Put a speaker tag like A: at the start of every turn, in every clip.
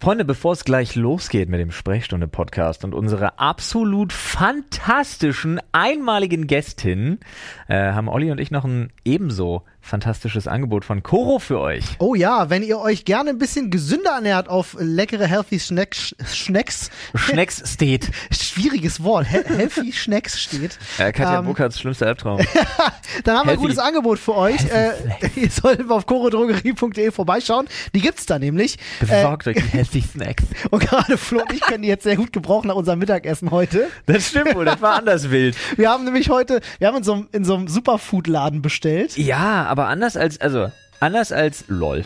A: Freunde, bevor es gleich losgeht mit dem Sprechstunde-Podcast und unserer absolut fantastischen, einmaligen Gästin, äh, haben Olli und ich noch ein ebenso fantastisches Angebot von Koro für euch.
B: Oh ja, wenn ihr euch gerne ein bisschen gesünder ernährt auf leckere Healthy Snacks, Schnecks,
A: Schnecks steht.
B: schwieriges Wort, He Healthy Schnecks steht,
A: Äh, Katja
B: Ähm.
A: Burkhardts schlimmster Albtraum.
B: dann haben wir ein
A: Healthy.
B: gutes Angebot für euch. Äh, ihr solltet mal auf chorodrogerie.de vorbeischauen. Die gibt's da nämlich. Äh,
A: Besorgt euch die Healthy Snacks.
B: und gerade Flo und ich können die jetzt sehr gut gebrauchen nach unserem Mittagessen heute.
A: Das stimmt wohl, das war anders wild.
B: Wir haben nämlich heute, wir haben in so einem, in so einem Superfood-Laden bestellt.
A: Ja, aber anders als, also, anders als LOL.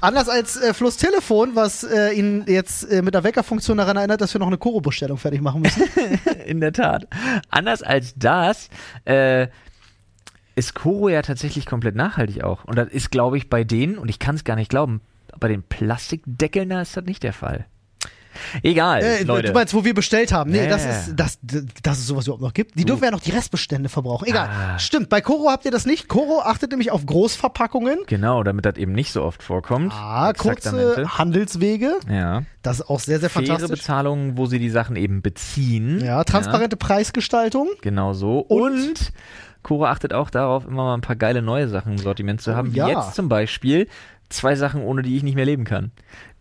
B: Anders als äh, Flo's Telefon, was äh, ihn jetzt äh, mit der Weckerfunktion daran erinnert, dass wir noch eine Koro-Bestellung fertig machen müssen.
A: In der Tat. Anders als das, äh, ist Koro ja tatsächlich komplett nachhaltig auch. Und das ist, glaube ich, bei denen, und ich kann es gar nicht glauben, bei den Plastikdeckeln da ist das nicht der Fall. Egal,
B: Äh,
A: Leute.
B: Du meinst, wo wir bestellt haben. Nee,
A: Ja,
B: das
A: ja, ja.
B: ist, das, d- dass es sowas überhaupt noch gibt. Die dürfen ja noch die Restbestände verbrauchen. Egal.
A: Ah.
B: Stimmt, bei Koro habt ihr das nicht. Koro achtet nämlich auf Großverpackungen.
A: genau, damit das eben nicht so oft vorkommt.
B: Ah,
A: Exaktamente.
B: kurze Handelswege.
A: Ja.
B: Das ist auch sehr, sehr
A: Faire
B: fantastisch.
A: Bezahlungen, wo sie die Sachen eben beziehen.
B: Ja, transparente Preisgestaltung.
A: Genau so. Und,
B: Und?
A: Koro achtet auch darauf, immer mal ein paar geile neue Sachen im Sortiment zu haben.
B: Oh ja.
A: Wie jetzt zum Beispiel zwei Sachen, ohne die ich nicht mehr leben kann.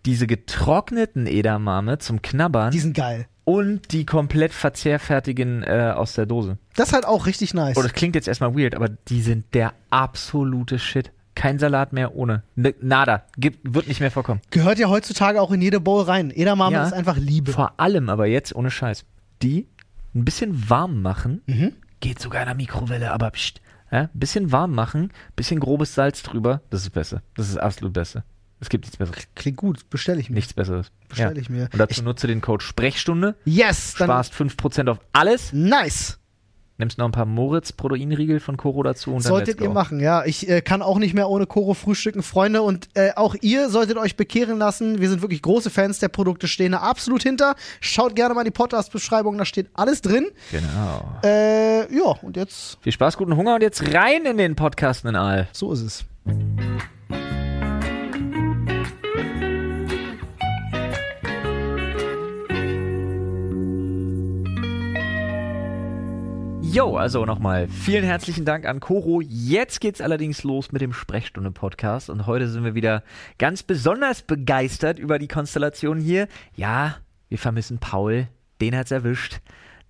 A: Diese getrockneten Edamame zum Knabbern
B: Die sind geil.
A: und die komplett verzehrfertigen äh, aus der Dose.
B: Das ist halt auch richtig nice.
A: Oh, das klingt jetzt erstmal weird, aber die sind der absolute Shit. Kein Salat mehr ohne. Ne, nada. Gibt, wird nicht mehr vorkommen.
B: Gehört ja heutzutage auch in jede Bowl rein. Edamame
A: Ja.
B: ist einfach Liebe.
A: Vor allem aber jetzt ohne Scheiß. Die ein bisschen warm machen,
B: Mhm.
A: geht sogar in der Mikrowelle, aber pst, ja, ein bisschen warm machen, bisschen grobes Salz drüber, das ist besser. Das ist das absolut Beste. Es gibt nichts Besseres.
B: Klingt gut, bestelle ich mir.
A: Nichts Besseres.
B: Bestell ich mir.
A: Und dazu nutze den Code Sprechstunde,
B: Yes, dann
A: sparst 5% auf alles,
B: nice.
A: nimmst noch ein paar Moritz-Proteinriegel von Koro dazu und dann
B: Solltet
A: let's go.
B: ihr machen, ja. Ich äh, kann auch nicht mehr ohne Koro frühstücken, Freunde. Und äh, auch ihr solltet euch bekehren lassen. Wir sind wirklich große Fans der Produkte, stehen da absolut hinter. Schaut gerne mal in die Podcast-Beschreibung, da steht alles drin.
A: Genau.
B: Äh, ja, und jetzt,
A: Viel Spaß, guten Hunger und jetzt rein in den Podcast in Aal.
B: so ist es.
A: Jo, also nochmal vielen herzlichen Dank an Koro. Jetzt geht's allerdings los mit dem Sprechstunde-Podcast und heute sind wir wieder ganz besonders begeistert über die Konstellation hier. Ja, wir vermissen Paul, den hat's erwischt.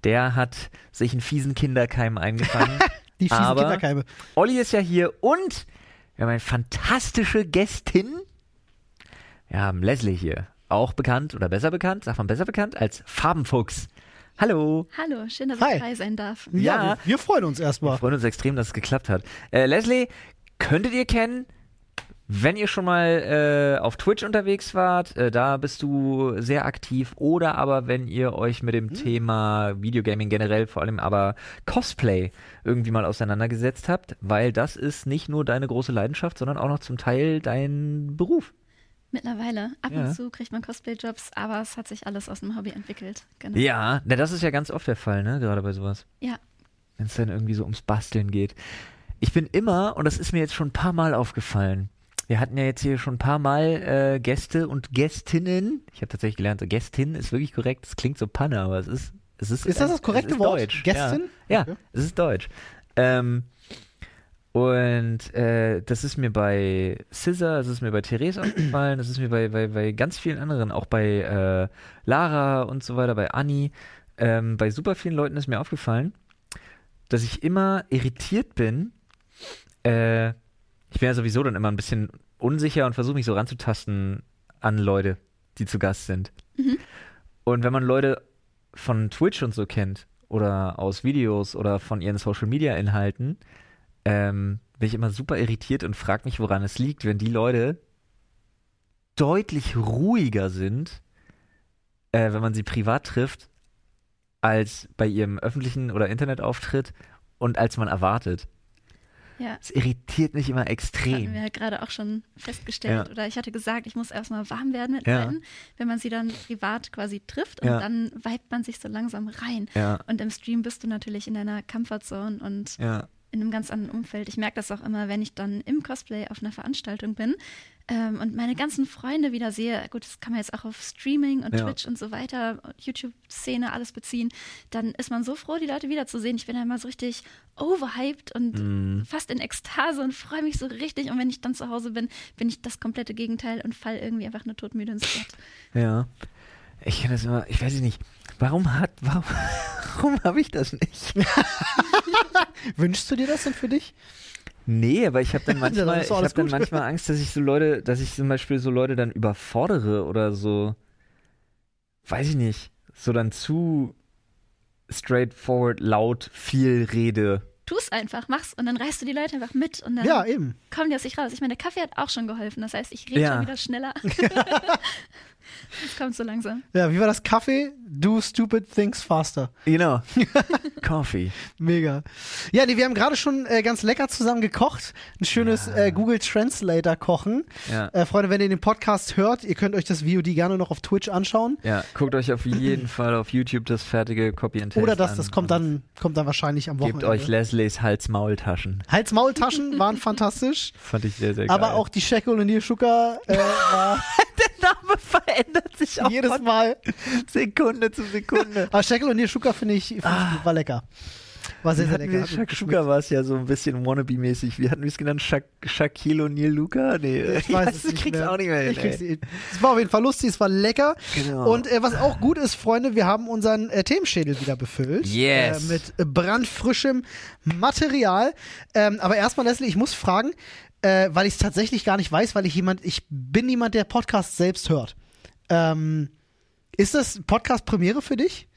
A: Der hat sich einen fiesen Kinderkeim eingefangen.
B: Die fiesen
A: Aber
B: Kinderkeime.
A: Olli ist ja hier und wir haben eine fantastische Gästin. Wir haben Leslie hier, auch bekannt oder besser bekannt, sagt man besser bekannt, als Farbenfuchs. Hallo.
C: Hallo, schön, dass
B: Hi.
C: ich dabei sein darf.
B: Ja,
A: Ja.
B: wir, wir freuen uns
A: Wir
B: erstmal.
A: freuen uns extrem, dass es geklappt hat. Äh, Leslie, könntet ihr kennen, wenn ihr schon mal äh, auf Twitch unterwegs wart, äh, da bist du sehr aktiv, oder aber wenn ihr euch mit dem Thema Videogaming generell, vor allem aber Cosplay irgendwie mal auseinandergesetzt habt, weil das ist nicht nur deine große Leidenschaft, sondern auch noch zum Teil dein Beruf.
C: Mittlerweile, ab
A: Ja.
C: und zu kriegt man Cosplay-Jobs, aber es hat sich alles aus dem Hobby entwickelt. Genau.
A: Ja, na, das ist ja ganz oft der Fall, ne? Gerade bei sowas.
C: Ja.
A: wenn es dann irgendwie so ums Basteln geht. Ich bin immer, und das ist mir jetzt schon ein paar Mal aufgefallen, wir hatten ja jetzt hier schon ein paar Mal äh, Gäste und Gästinnen. Ich habe tatsächlich gelernt, Gästin ist wirklich korrekt. Das klingt so Panne, aber es ist es ist
B: Ist das das korrekte
A: es ist
B: Wort?
A: Deutsch.
B: Gästin?
A: Ja, ja
B: Okay.
A: es ist Deutsch. Ähm, und äh, das ist mir bei Scissor, das ist mir bei Therese aufgefallen, das ist mir bei, bei, bei ganz vielen anderen, auch bei äh, Lara und so weiter, bei Anni, ähm, bei super vielen Leuten ist mir aufgefallen, dass ich immer irritiert bin. Äh, ich bin ja sowieso dann immer ein bisschen unsicher und versuche mich so ranzutasten an Leute, die zu Gast sind.
C: Mhm.
A: Und wenn man Leute von Twitch und so kennt oder aus Videos oder von ihren Social-Media-Inhalten, ähm, bin ich immer super irritiert und frage mich, woran es liegt, wenn die Leute deutlich ruhiger sind, äh, wenn man sie privat trifft, als bei ihrem öffentlichen oder Internetauftritt und als man erwartet.
C: Ja.
A: Es irritiert mich immer
C: Das hatten wir
A: extrem.
C: ja gerade auch schon festgestellt.
A: Ja.
C: Oder ich hatte gesagt, ich muss erstmal warm werden mit
A: Ja.
C: Leuten, wenn man sie dann privat quasi trifft und
A: Ja.
C: dann weibt man sich so langsam rein.
A: Ja,
C: Und im Stream bist du natürlich in deiner Comfortzone und
A: ja.
C: in einem ganz anderen Umfeld. Ich merke das auch immer, wenn ich dann im Cosplay auf einer Veranstaltung bin, ähm, und meine ganzen Freunde wieder sehe, gut, das kann man jetzt auch auf Streaming und
A: Ja.
C: Twitch und so weiter, YouTube-Szene, alles beziehen, dann ist man so froh, die Leute wiederzusehen. Ich bin da immer so richtig overhyped und fast in Ekstase und freue mich so richtig. Und wenn ich dann zu Hause bin, bin ich das komplette Gegenteil und fall irgendwie einfach nur todmüde ins Bett.
A: Ja. Ich kann das immer, ich weiß nicht, warum hat, warum, warum habe ich das nicht?
B: Wünschst du dir das denn für dich?
A: Nee, aber ich habe dann
B: Dann ist
A: manchmal, ich
B: doch alles
A: hab dann
B: gut.
A: manchmal Angst, dass ich so Leute, dass ich zum Beispiel so Leute dann überfordere oder so, weiß ich nicht, so dann zu straightforward, laut, viel rede.
C: Tu es einfach, mach's und dann reißt du die Leute einfach mit und dann
B: Ja, eben.
C: kommen die aus sich raus. Ich meine, der Kaffee hat auch schon geholfen. Das heißt, ich rede
A: Ja.
C: schon wieder schneller. Es kommt so langsam.
B: Ja, wie war das Kaffee? Do stupid things faster.
A: Genau. Coffee.
B: Mega. Ja, nee, wir haben gerade schon äh, ganz lecker zusammen gekocht. Ein schönes äh, Google Translator kochen.
A: Ja.
B: Äh, Freunde, wenn ihr den Podcast hört, ihr könnt euch das VOD gerne noch auf Twitch anschauen.
A: Ja, guckt euch auf jeden Fall auf YouTube das fertige Copy and Paste
B: Oder das,
A: an
B: das kommt dann, kommt dann wahrscheinlich am
A: und Gebt
B: Wochenende.
A: euch Leslies Hals-Maultaschen.
B: Hals-Maultaschen waren fantastisch,
A: Fand ich sehr, sehr geil.
B: aber auch die Shekel und Nierschucker äh, war
A: der Name verändert sich auch
B: jedes
A: von
B: Mal.
A: Sekunde zu Sekunde.
B: Aber Shekel und Nierschucker finde ich, find
A: Ah.
B: ich, war lecker. War sehr, sehr lecker. Hat gut geschmeckt.
A: Shakshuka war es ja so ein bisschen wannabe-mäßig. Wie hatten wir es genannt? Shak Shaquille O'Neal Luca? Nee,
B: Ich weiß es nicht
A: krieg's
B: mehr.
A: auch nicht mehr hin.
B: Ich krieg's
A: ey.
B: nicht. Es war auf jeden Fall lustig, es war lecker.
A: Genau.
B: Und äh, was auch gut ist, Freunde, wir haben unseren äh, Themenschädel wieder befüllt.
A: Yes.
B: Äh, mit brandfrischem Material. Ähm, aber erstmal, Leslie, ich muss fragen, äh, weil ich es tatsächlich gar nicht weiß, weil ich jemand, ich bin niemand, der Podcasts selbst hört. Ähm, ist das Podcast-Premiere für dich?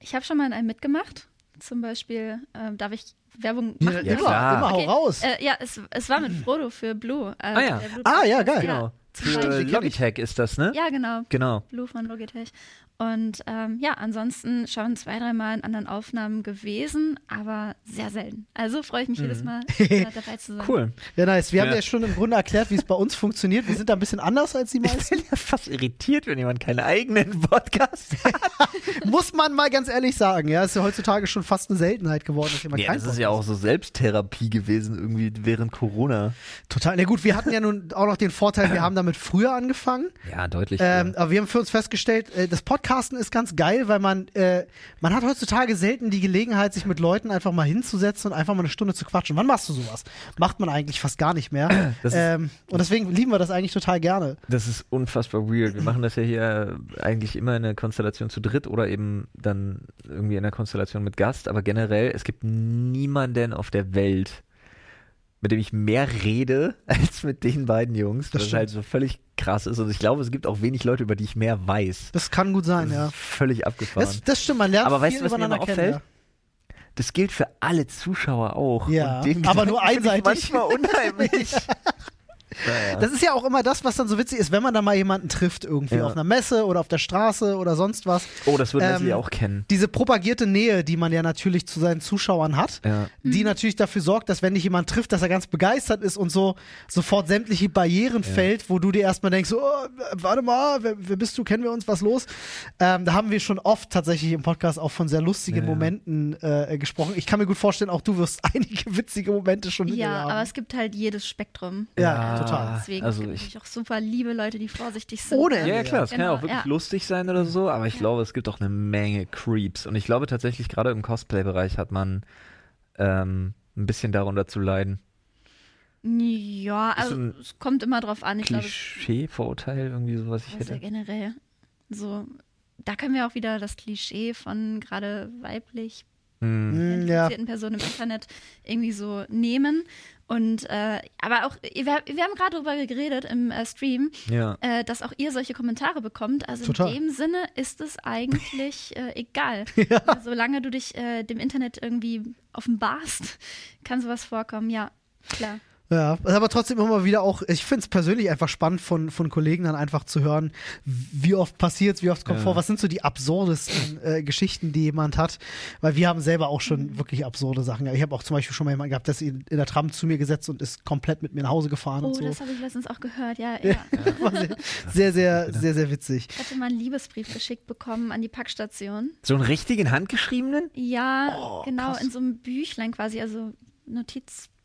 C: Ich habe schon mal in einem mitgemacht. Zum Beispiel, ähm, darf ich Werbung machen?
A: Ja,
B: immer,
A: klar.
B: immer,
C: Okay,
B: hau raus.
C: Äh, ja, es, es war mit Frodo für Blue. Äh,
A: Ah ja.
C: der Blue
B: Ah, ja,
C: Podcast.
B: geil.
A: Genau.
C: zum
A: Für
C: Beispiel.
A: Logitech ist das, ne?
C: Ja, genau.
A: Genau.
C: Blue von Logitech. Und ähm, ja, ansonsten schon zwei, dreimal in anderen Aufnahmen gewesen, aber sehr selten. Also freue ich mich jedes Mal, äh, dabei zu sein.
A: Mhm. Cool.
B: Ja, nice. Wir haben
A: Ja.
B: ja schon im Grunde erklärt, wie es bei uns funktioniert. Wir sind da ein bisschen anders als die
A: Ich
B: meisten.
A: bin ja fast irritiert, wenn jemand keinen eigenen Podcast hat.
B: Muss man mal ganz ehrlich sagen. Ja, ist ja heutzutage schon fast eine Seltenheit geworden, dass jemand
A: Ja,
B: keinen
A: das ist ja auch so Selbsttherapie gewesen irgendwie während Corona.
B: Total. Na gut, wir hatten ja nun auch noch den Vorteil, wir haben damit früher angefangen.
A: Ja, deutlich.
B: Ähm, aber wir haben für uns festgestellt, äh, das Podcasten ist ganz geil, weil man, äh, man hat heutzutage selten die Gelegenheit, sich mit Leuten einfach mal hinzusetzen und einfach mal eine Stunde zu quatschen. Wann machst du sowas? Macht man eigentlich fast gar nicht mehr.
A: Das ist-
B: Ähm, und deswegen lieben wir das eigentlich total gerne.
A: Das ist unfassbar weird. Wir machen das ja hier eigentlich immer in einer Konstellation zu dritt oder eben dann irgendwie in einer Konstellation mit Gast. Aber generell, es gibt niemanden auf der Welt, mit dem ich mehr rede als mit den beiden Jungs.
B: Das
A: Das was halt so völlig krass ist. Und ich glaube, es gibt auch wenig Leute, über die ich mehr weiß.
B: Das kann gut sein,
A: Das
B: ja.
A: ist völlig abgefahren.
B: Das, das stimmt, man lernt
A: Aber
B: viel
A: weißt du, was mir
B: übereinander
A: immer
B: kennen.
A: auffällt? Das gilt für alle Zuschauer auch.
B: Ja,
A: Und den
B: aber nur
A: Gedanken find
B: einseitig.
A: Ich manchmal unheimlich. naja.
B: Ja. Das ist ja auch immer das, was dann so witzig ist, wenn man dann mal jemanden trifft, irgendwie
A: Ja.
B: auf einer Messe oder auf der Straße oder sonst was.
A: oh, das würden Leslie
B: Ähm,
A: auch kennen.
B: Diese propagierte Nähe, die man ja natürlich zu seinen Zuschauern hat,
A: Ja.
B: die
C: Mhm.
B: natürlich dafür sorgt, dass wenn dich jemand trifft, dass er ganz begeistert ist und so sofort sämtliche Barrieren fällt, wo du dir erstmal denkst, oh, warte mal, wer, wer bist du, kennen wir uns, was los? Ähm, da haben wir schon oft tatsächlich im Podcast auch von sehr lustigen
A: Ja.
B: Momenten äh, gesprochen. Ich kann mir gut vorstellen, auch du wirst einige witzige Momente schon in dir
C: Ja,
B: haben.
C: aber es gibt halt jedes Spektrum.
B: Ja, total.
C: Deswegen
A: Also
C: gibt es
A: ich-
C: natürlich auch super liebe Leute, die vorsichtig sind.
B: Ohne
A: Ja,
B: Ja,
A: ja, klar, es kann ja
C: genau,
A: auch wirklich
C: ja. Mhm.
A: lustig sein oder so, aber ich glaube, es gibt auch eine Menge Creeps. Und ich glaube tatsächlich, gerade im Cosplay-Bereich hat man ähm, ein bisschen darunter zu leiden.
C: Ja, also
A: ein
C: es kommt immer drauf an. Ich glaube,
A: Klischee-Vorurteil, irgendwie so, was ich
C: Also
A: hätte.
C: generell. So, da können wir auch wieder das Klischee von gerade weiblich
B: Hm, ja.
C: identifizierten Personen im Internet irgendwie so nehmen. Und äh, aber auch, wir, wir haben gerade darüber geredet im äh, Stream,
A: Ja.
C: äh, dass auch ihr solche Kommentare bekommt. Also
B: Total.
C: in dem Sinne ist es eigentlich äh, egal. Solange du dich äh, dem Internet irgendwie offenbarst, kann sowas vorkommen, ja. Klar.
B: Ja, ist aber trotzdem immer mal wieder auch, ich finde es persönlich einfach spannend von, von Kollegen dann einfach zu hören, wie oft passiert wie oft kommt vor, was sind so die absurdesten äh, Geschichten, die jemand hat, weil wir haben selber auch schon
C: Mhm.
B: wirklich absurde Sachen. gehabt. Ich habe auch zum Beispiel schon mal jemanden gehabt, der ist in in der Tram zu mir gesetzt und ist komplett mit mir nach Hause gefahren
C: Oh,
B: und so.
C: das habe ich letztens auch gehört, ja. ja.
B: War sehr, sehr, sehr, sehr, sehr witzig.
C: Ich hatte mal einen Liebesbrief geschickt bekommen an die Packstation.
A: So einen richtigen handgeschriebenen?
C: Ja, genau,
B: Oh, krass.
C: in so einem Büchlein quasi, also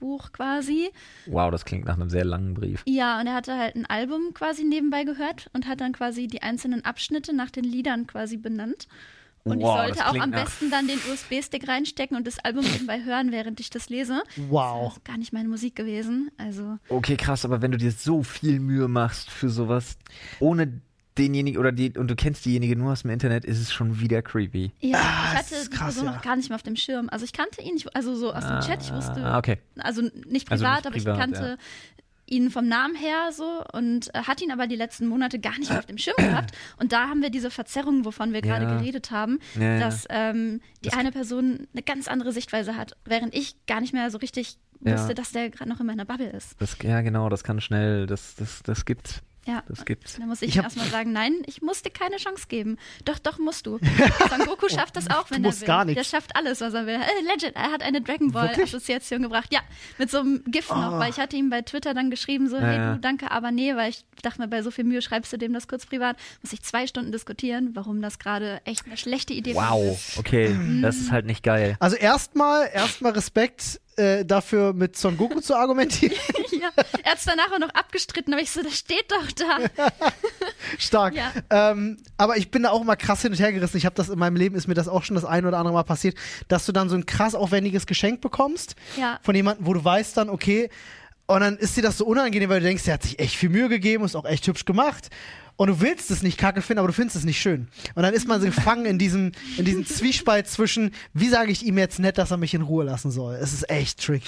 C: Notizbuch quasi.
A: Wow, das klingt nach einem sehr langen Brief.
C: Ja, und er hatte halt ein Album quasi nebenbei gehört und hat dann quasi die einzelnen Abschnitte nach den Liedern quasi benannt. Und
A: Wow,
C: ich
A: das
C: sollte auch
A: klingt
C: am
A: nach-
C: besten dann den USB-Stick reinstecken und das Album nebenbei hören, während ich das lese. Das
B: Wow.
C: ist gar nicht meine Musik gewesen. Also,
A: Okay, krass, aber wenn du dir so viel Mühe machst für sowas, ohne denjenigen oder die, und du kennst diejenige nur aus dem Internet, ist es schon wieder creepy.
B: Ah,
C: ja, ich
B: das
C: hatte
B: ist
C: die
B: krass,
C: Person
B: ja.
C: noch gar nicht mehr auf dem Schirm. Also, ich kannte ihn, ich, also so aus dem Chat, ich wusste,
A: Ah, okay.
C: also nicht
A: Also
C: privat,
A: nicht
C: aber ich
A: privat,
C: kannte ihn vom Namen her so und äh, hat ihn aber die letzten Monate gar nicht mehr auf dem Schirm gehabt. Und da haben wir diese Verzerrung, wovon wir gerade
A: Ja.
C: geredet haben,
A: Ja, ja.
C: dass ähm, die eine Person eine ganz andere Sichtweise hat, während ich gar nicht mehr so richtig
A: Ja.
C: wusste, dass der gerade noch in meiner Bubble ist.
A: Das, ja, genau, das kann schnell, das, das, das gibt's.
C: Ja.
A: Das gibt's.
C: Da muss ich,
B: Ich
C: ihm
B: hab-
C: erstmal sagen, nein, ich musste keine Chance geben. Doch, doch, musst du. Son Goku schafft das auch, wenn
B: Du musst
C: er will.
B: gar nichts.
C: Der schafft alles, was er will. Äh, Legend, er hat eine Dragon
B: Wirklich? Oh.
C: Ball-Assoziation gebracht. Ja, mit so einem GIF noch, weil ich hatte ihm bei Twitter dann geschrieben, so, hey
A: ja.
C: du, danke, aber nee, weil ich dachte mir, bei so viel Mühe schreibst du dem das kurz privat. Muss ich zwei Stunden diskutieren, warum das gerade echt eine schlechte Idee für ihn
A: Wow,
C: ist.
A: okay, das ist halt nicht geil.
B: Also erstmal, erstmal Respekt äh, dafür, mit Son Goku zu argumentieren.
C: ja, er hat es danach auch noch abgestritten, aber ich so, das steht doch da.
B: Stark.
C: Ja.
B: Ähm, aber ich bin da auch mal krass hin und her gerissen. Ich habe das in meinem Leben, ist mir das auch schon das ein oder andere Mal passiert, dass du dann so ein krass aufwendiges Geschenk bekommst
C: Ja.
B: von jemandem, wo du weißt dann, okay, und dann ist dir das so unangenehm, weil du denkst, der hat sich echt viel Mühe gegeben, ist auch echt hübsch gemacht. Und du willst es nicht kacke finden, aber du findest es nicht schön. Und dann ist man so gefangen in diesem, in diesem Zwiespalt zwischen, wie sage ich ihm jetzt nett, dass er mich in Ruhe lassen soll. Es ist echt tricky.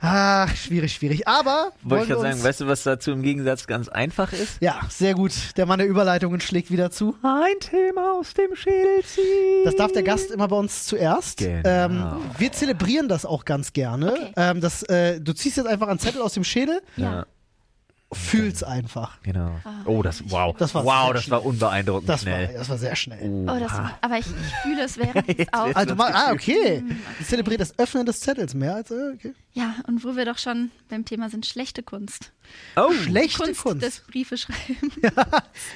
B: Ach, schwierig, schwierig. Aber
A: Wollte
B: wollen
A: ich
B: wir
A: gerade sagen,
B: uns-
A: weißt du, was dazu im Gegensatz ganz einfach ist?
B: ja, sehr gut. Der Mann der Überleitungen schlägt wieder zu.
A: Ein Thema aus dem Schädel ziehen.
B: Das darf der Gast immer bei uns zuerst.
A: Genau.
B: Ähm, wir zelebrieren das auch ganz gerne.
C: Okay.
B: Ähm, das, äh, du ziehst jetzt einfach einen Zettel aus dem Schädel,
A: Ja,
B: fühl's einfach.
A: genau. Oh, das, wow.
B: Ah. Das war
A: wow,
B: sehr
A: das
B: schnell.
A: war unbeeindruckend
B: Das, war,
A: schnell.
B: das war sehr schnell.
C: Oh, das, aber ich, ich fühle es während des auch.
B: Also, mal, ah, okay. Ich zelebriere das Öffnen des Zettels mehr als. äh, Okay.
C: Ja, und wo wir doch schon beim Thema sind, schlechte Kunst.
A: Oh,
B: Schlechte Kunst.
C: des Briefe schreiben.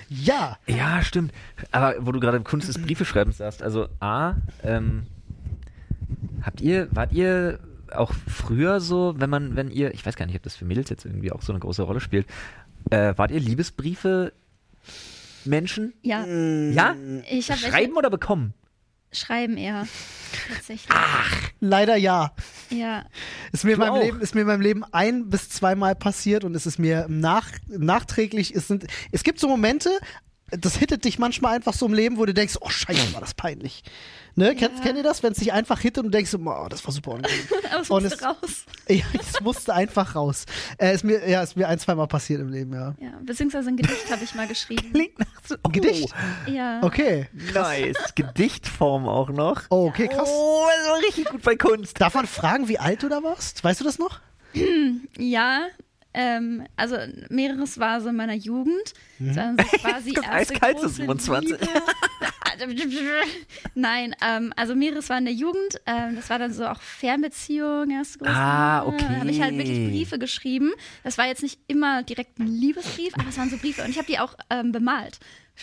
B: Ja.
A: Ja, stimmt. Aber wo du gerade Kunst des Briefe schreibens sagst, also A, ähm, habt ihr, wart ihr auch früher so, wenn man, wenn ihr, ich weiß gar nicht, ob das für Mädels jetzt irgendwie auch so eine große Rolle spielt, äh, wart ihr Liebesbriefe Menschen?
C: Ja,
B: Hm,
A: Ja?
C: ich habe
A: Schreiben oder bekommen?
C: Schreiben eher.
B: Ah.
C: Tatsächlich.
B: Leider ja.
C: Ja.
B: Ist mir, in
A: Du
B: meinem
A: auch.
B: Leben, ist mir in meinem Leben ein bis zweimal passiert und es ist mir nach, nachträglich. Es, sind, es gibt so Momente, das hittet dich manchmal einfach so im Leben, wo du denkst, oh Scheiße, war das peinlich. Ne? Kennt, kennt ihr das, wenn es dich einfach hittet und du denkst, oh, das war super unangenehm.
C: Aber es
B: Und
C: musste
B: es-
C: raus.
B: ja, es musste einfach raus. Äh, ist mir, ja, ist mir ein, zweimal passiert im Leben, ja.
C: Ja, beziehungsweise ein Gedicht habe ich mal geschrieben.
B: Klingt nach so Oh, Gedicht.
C: Ja.
B: Okay.
A: Nice. Gedichtform auch noch.
B: Oh, okay, krass.
A: Oh, das war richtig gut bei Kunst.
B: Darf man fragen, wie alt du da warst? Weißt du das noch?
C: Ja. Ähm, also mehreres war so in meiner Jugend. Das war so quasi
A: Mhm. Das ist
C: erste
A: eiskalt, so
C: große
A: 27.
C: Liebe. Nein, ähm, also mehreres war in der Jugend. Ähm, das war dann so auch Fernbeziehung, erste große
A: Ah,
C: Liebe.
A: okay.
C: Da habe ich halt wirklich Briefe geschrieben. Das war jetzt nicht immer direkt ein Liebesbrief, aber es waren so Briefe und ich habe die auch ähm, bemalt.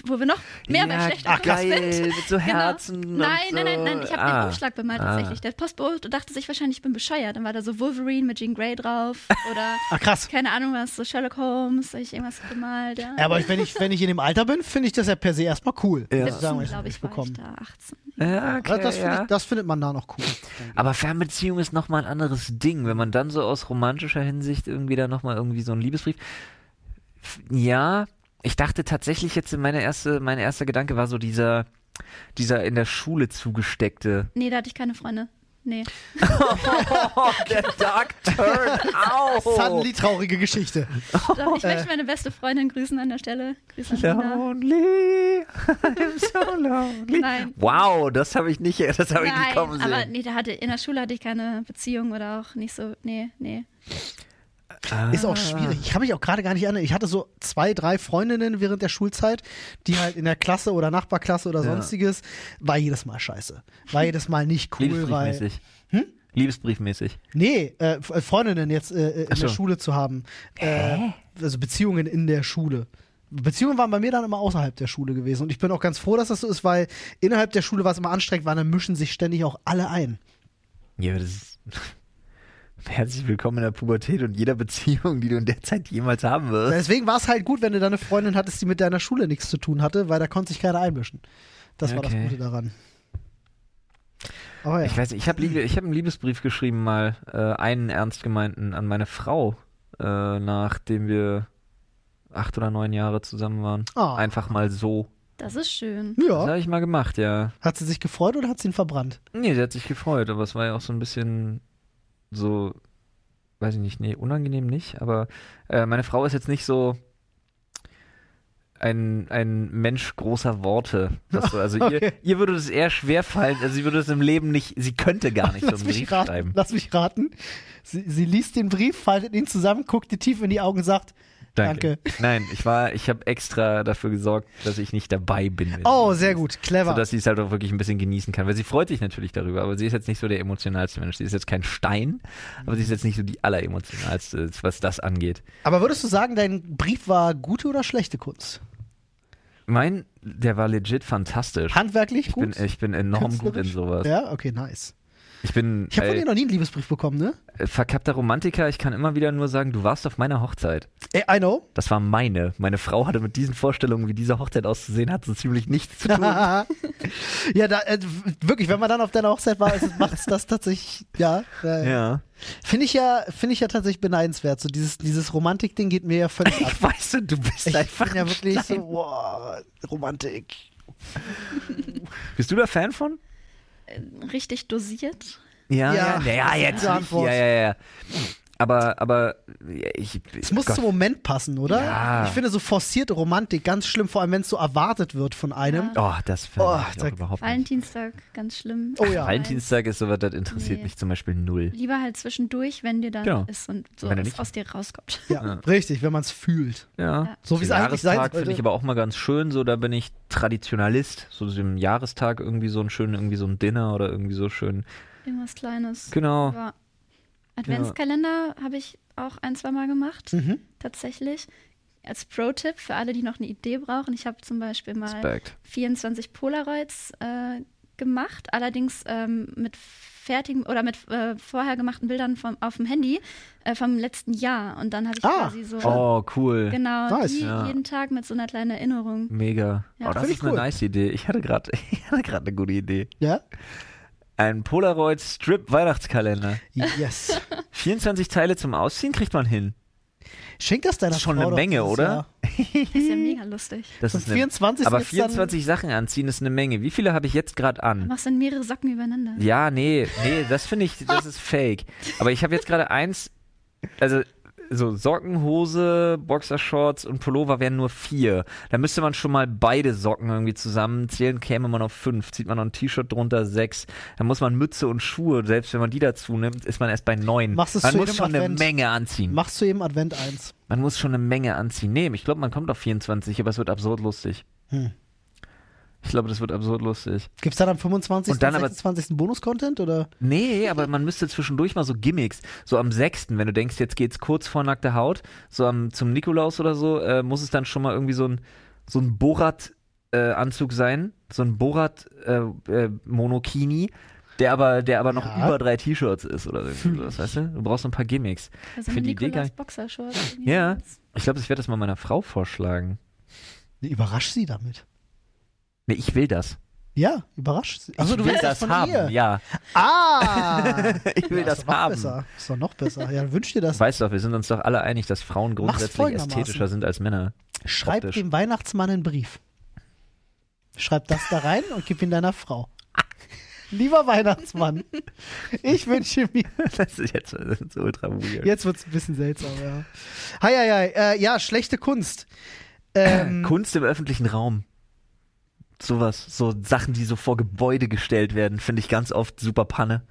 C: Wo wir noch mehr bei schlechter
A: ach,
C: Kunst
A: geil,
C: sind.
A: mit so Herzen und
C: Genau. Nein, nein, nein,
A: so.
C: nein, ich habe
A: Ah.
C: den Umschlag bemalt tatsächlich. Der Postbote dachte sich wahrscheinlich, ich bin bescheuert. Dann war da so Wolverine mit Jean Grey drauf oder
B: Ach, Ah, krass.
C: keine Ahnung was, so Sherlock Holmes, habe ich irgendwas gemalt. Ja.
B: Ja, aber wenn ich, wenn ich in dem Alter bin, finde ich das ja per se erstmal cool.
A: Ja.
B: Muss sagen, wenn ich
C: glaube
B: das
C: ich, war ich
B: bekomme.
C: da 18.
A: Ja,
B: Das,
A: okay,
B: Ah, das, finde
A: ja.
B: ich, das findet man da noch cool.
A: Aber Fernbeziehung ist nochmal ein anderes Ding, wenn man dann so aus romantischer Hinsicht irgendwie da nochmal irgendwie so einen Liebesbrief. F- Ja, ich dachte tatsächlich jetzt, meine erste, mein erster Gedanke war so dieser, dieser in der Schule zugesteckte.
C: Nee, da hatte ich keine Freunde. Nee.
A: Oh, der Dark Turn, au!
B: Suddenly traurige Geschichte.
C: Doch, ich möchte meine beste Freundin grüßen an der Stelle. Grüße an Nina.
A: Lonely, I'm so lonely.
C: Nein.
A: Wow, das habe ich nicht, das habe ich nicht
C: Nein,
A: kommen
C: aber
A: sehen.
C: nee, da hatte, in der Schule hatte ich keine Beziehung oder auch nicht so, nee, nee.
A: Ah,
B: Ist auch schwierig. Ich kann mich auch gerade gar nicht erinnern. Ich hatte so zwei, drei Freundinnen während der Schulzeit, die halt in der Klasse oder Nachbarklasse oder sonstiges, war jedes Mal scheiße. War jedes Mal nicht cool, weil.
A: Liebesbriefmäßig. Liebesbriefmäßig.
B: Nee, äh, F- Freundinnen jetzt äh, äh, in
A: Ach so.
B: der Schule zu haben. Äh, also Beziehungen in der Schule. Beziehungen waren bei mir dann immer außerhalb der Schule gewesen. Und ich bin auch ganz froh, dass das so ist, weil innerhalb der Schule war es immer anstrengend, weil dann mischen sich ständig auch alle ein.
A: Ja, aber das ist. Herzlich willkommen in der Pubertät und jeder Beziehung, die du in der Zeit jemals haben wirst.
B: Deswegen war es halt gut, wenn du deine Freundin hattest, die mit deiner Schule nichts zu tun hatte, weil da konnte sich keiner einmischen. Das war das
A: Okay.
B: Gute daran. Aber ja.
A: Ich weiß, nicht, ich habe ich hab einen Liebesbrief geschrieben mal, äh, einen ernst gemeinten an meine Frau, äh, nachdem wir acht oder neun Jahre zusammen waren.
C: Oh.
B: Ah.
A: Einfach mal so.
C: Das ist schön.
A: Das
B: ja.
A: habe ich mal gemacht, ja.
B: Hat sie sich gefreut oder hat sie ihn verbrannt?
A: Nee, sie hat sich gefreut, aber es war ja auch so ein bisschen so, weiß ich nicht, nee, unangenehm nicht, aber äh, meine Frau ist jetzt nicht so ein, ein Mensch großer Worte. Weißt du? Also ihr,
B: Okay.
A: ihr würde das eher schwer fallen, also sie würde es im Leben nicht, sie könnte gar nicht so
B: Lass
A: einen
B: mich
A: Brief
B: raten.
A: schreiben.
B: Lass mich raten. Sie, sie liest den Brief, faltet ihn zusammen, guckt dir tief in die Augen und sagt:
A: Nein, ich war, ich habe extra dafür gesorgt, dass ich nicht dabei bin. wenn
B: Oh,
A: sie
B: sehr
A: liest.
B: gut, clever.
A: Sodass sie es halt auch wirklich ein bisschen genießen kann. Weil sie freut sich natürlich darüber, aber sie ist jetzt nicht so der emotionalste Mensch. Sie ist jetzt kein Stein, aber sie ist jetzt nicht so die alleremotionalste, was das angeht.
B: Aber würdest du sagen, dein Brief war gute oder schlechte Kunst?
A: Mein, der war legit fantastisch.
B: Handwerklich
A: Ich bin,
B: gut?
A: ich bin enorm gut in
B: Künstlerisch?
A: sowas.
B: Ja, okay, nice.
A: Ich bin
B: Ich habe von
A: ey,
B: dir noch nie einen Liebesbrief bekommen, ne?
A: verkappter Romantiker. Ich kann immer wieder nur sagen, du warst auf meiner Hochzeit.
B: Ey, I know.
A: Das war meine. Meine Frau hatte mit diesen Vorstellungen, wie diese Hochzeit auszusehen hat, so ziemlich nichts zu tun.
B: ja, da, äh, wirklich, wenn man dann auf deiner Hochzeit war, macht es das tatsächlich, ja. Äh,
A: ja.
B: Finde ich ja, finde ich ja tatsächlich beneidenswert. So dieses, dieses Romantik-Ding geht mir ja völlig ab.
A: Ich weiß, du bist
B: Ich
A: einfach.
B: bin ja
A: ein
B: wirklich
A: Stein.
B: so, wow, Romantik.
A: Bist du da Fan von?
C: Richtig dosiert.
A: Ja,
B: Ja,
A: ja, ja, ja
B: das
A: jetzt.
B: ist eine
A: nicht.
B: Antwort.
A: Ja, ja, ja. Aber, aber ja, ich. oh
B: Es muss
A: Gott.
B: zum Moment passen, oder?
A: Ja.
B: Ich finde so forcierte Romantik ganz schlimm, vor allem wenn es so erwartet wird von einem.
A: Oh, das
B: Oh,
A: finde ich
B: da-
A: auch überhaupt nicht.
C: Valentinstag, ganz schlimm.
B: Oh ja.
A: Valentinstag ist sowas, das interessiert
C: Nee.
A: mich zum Beispiel null.
C: Lieber halt zwischendurch, wenn dir dann
A: Genau.
C: ist und so
A: Wenn er
C: was
A: nicht-
C: aus dir rauskommt.
B: Ja,
A: Ja.
B: richtig, wenn man es fühlt.
A: Ja.
B: So wie es
A: Der
B: eigentlich sein
A: Jahrestag finde
B: sollte.
A: ich aber auch mal ganz schön, so da bin ich Traditionalist. So im Jahrestag irgendwie so ein schön, irgendwie so ein Dinner oder irgendwie so schön.
C: Irgendwas Kleines.
A: Genau.
C: Aber Adventskalender habe ich auch ein, zweimal gemacht,
A: Mhm.
C: tatsächlich. Als Pro-Tipp für alle, die noch eine Idee brauchen. Ich habe zum Beispiel mal
A: Respekt.
C: 24 Polaroids äh, gemacht, allerdings ähm, mit fertigen oder mit äh, vorher gemachten Bildern vom, auf dem Handy äh, vom letzten Jahr. Und dann habe ich
B: Ah,
C: quasi so
A: Oh, cool.
C: genau
B: Nice.
C: die
A: Ja.
C: jeden Tag mit so einer kleinen Erinnerung.
A: Mega.
C: Ja.
A: oh, das
B: Finde
A: ist
B: ich
A: eine
B: cool.
A: nice Idee. Ich hatte gerade eine gute Idee.
B: Ja?
A: Ein Polaroid-Strip-Weihnachtskalender.
B: Yes.
A: 24 Teile zum Ausziehen kriegt man hin.
B: Schenk das deiner
A: Das ist schon
B: Frau
A: eine
B: doch
A: Menge,
B: dieses
A: oder?
B: Jahr.
C: Das ist ja
A: Mhm.
C: mega lustig.
A: Das
B: Und
A: ist eine,
B: 24
A: aber
B: ist jetzt dann-
A: 24 Sachen anziehen ist eine Menge. Wie viele habe ich jetzt gerade
C: Du
A: an?
C: machst dann mehrere Socken übereinander.
A: Ja, nee, nee, das finde ich, das ist fake. Aber ich habe jetzt gerade eins, also so Sockenhose, Boxershorts und Pullover wären nur vier. Da müsste man schon mal beide Socken irgendwie zusammenzählen, käme man auf fünf, zieht man noch ein T-Shirt drunter, sechs. Dann muss man Mütze und Schuhe, selbst wenn man die dazu nimmt, ist man erst bei neun.
B: Machst du's
A: man
B: zu
A: muss
B: jedem
A: schon eine
B: Advent?
A: Menge anziehen.
B: Machst du eben Advent 1.
A: Man muss schon eine Menge anziehen. Nee, ich glaube, man kommt auf 24, aber es wird absurd lustig.
B: Hm.
A: Ich glaube, das wird absurd lustig.
B: Gibt es dann am 25.
A: Und dann aber-
B: 26. Bonus-Content? Oder?
A: Nee, aber man müsste zwischendurch mal so Gimmicks, so am 6., wenn du denkst, jetzt geht's kurz vor nackter Haut, so am, zum Nikolaus oder so, äh, muss es dann schon mal irgendwie so ein, so ein Borat-Anzug sein, so ein Borat-Monokini, der aber, der aber noch
B: Ja.
A: über drei T-Shirts ist oder irgendwie sowas, weißt du? Du brauchst so ein paar Gimmicks.
C: Also
A: Find
C: mit
A: die Idee geil.
C: Nikolaus Boxershorts. irgendwie
A: Ja.
C: sowas.
A: Ich glaube, ich werde das mal meiner Frau vorschlagen.
B: Nee, Überrasch sie damit.
A: Nee, ich will das.
B: Ja, überrasch sie. Also
A: ich will das haben, ja.
B: Ah!
A: Ich will
B: Ja, ist
A: das
B: doch noch
A: haben.
B: Besser. Ist doch noch besser. Ja, wünsch dir das.
A: Weißt du, wir sind uns doch alle einig, dass Frauen
B: Mach's
A: grundsätzlich
B: folgendermaßen.
A: ästhetischer sind als Männer.
B: Schreib
A: optisch.
B: dem Weihnachtsmann einen Brief. Schreib das da rein und gib ihn deiner Frau. Lieber Weihnachtsmann, ich wünsche mir.
A: Das ist jetzt das ist ultra weird.
B: Jetzt wird es ein bisschen seltsam, ja. Hei, hei, hei. Äh, ja, schlechte Kunst. Ähm,
A: Kunst im öffentlichen Raum. Sowas, so Sachen, die so vor Gebäude gestellt werden, finde ich ganz oft super Panne.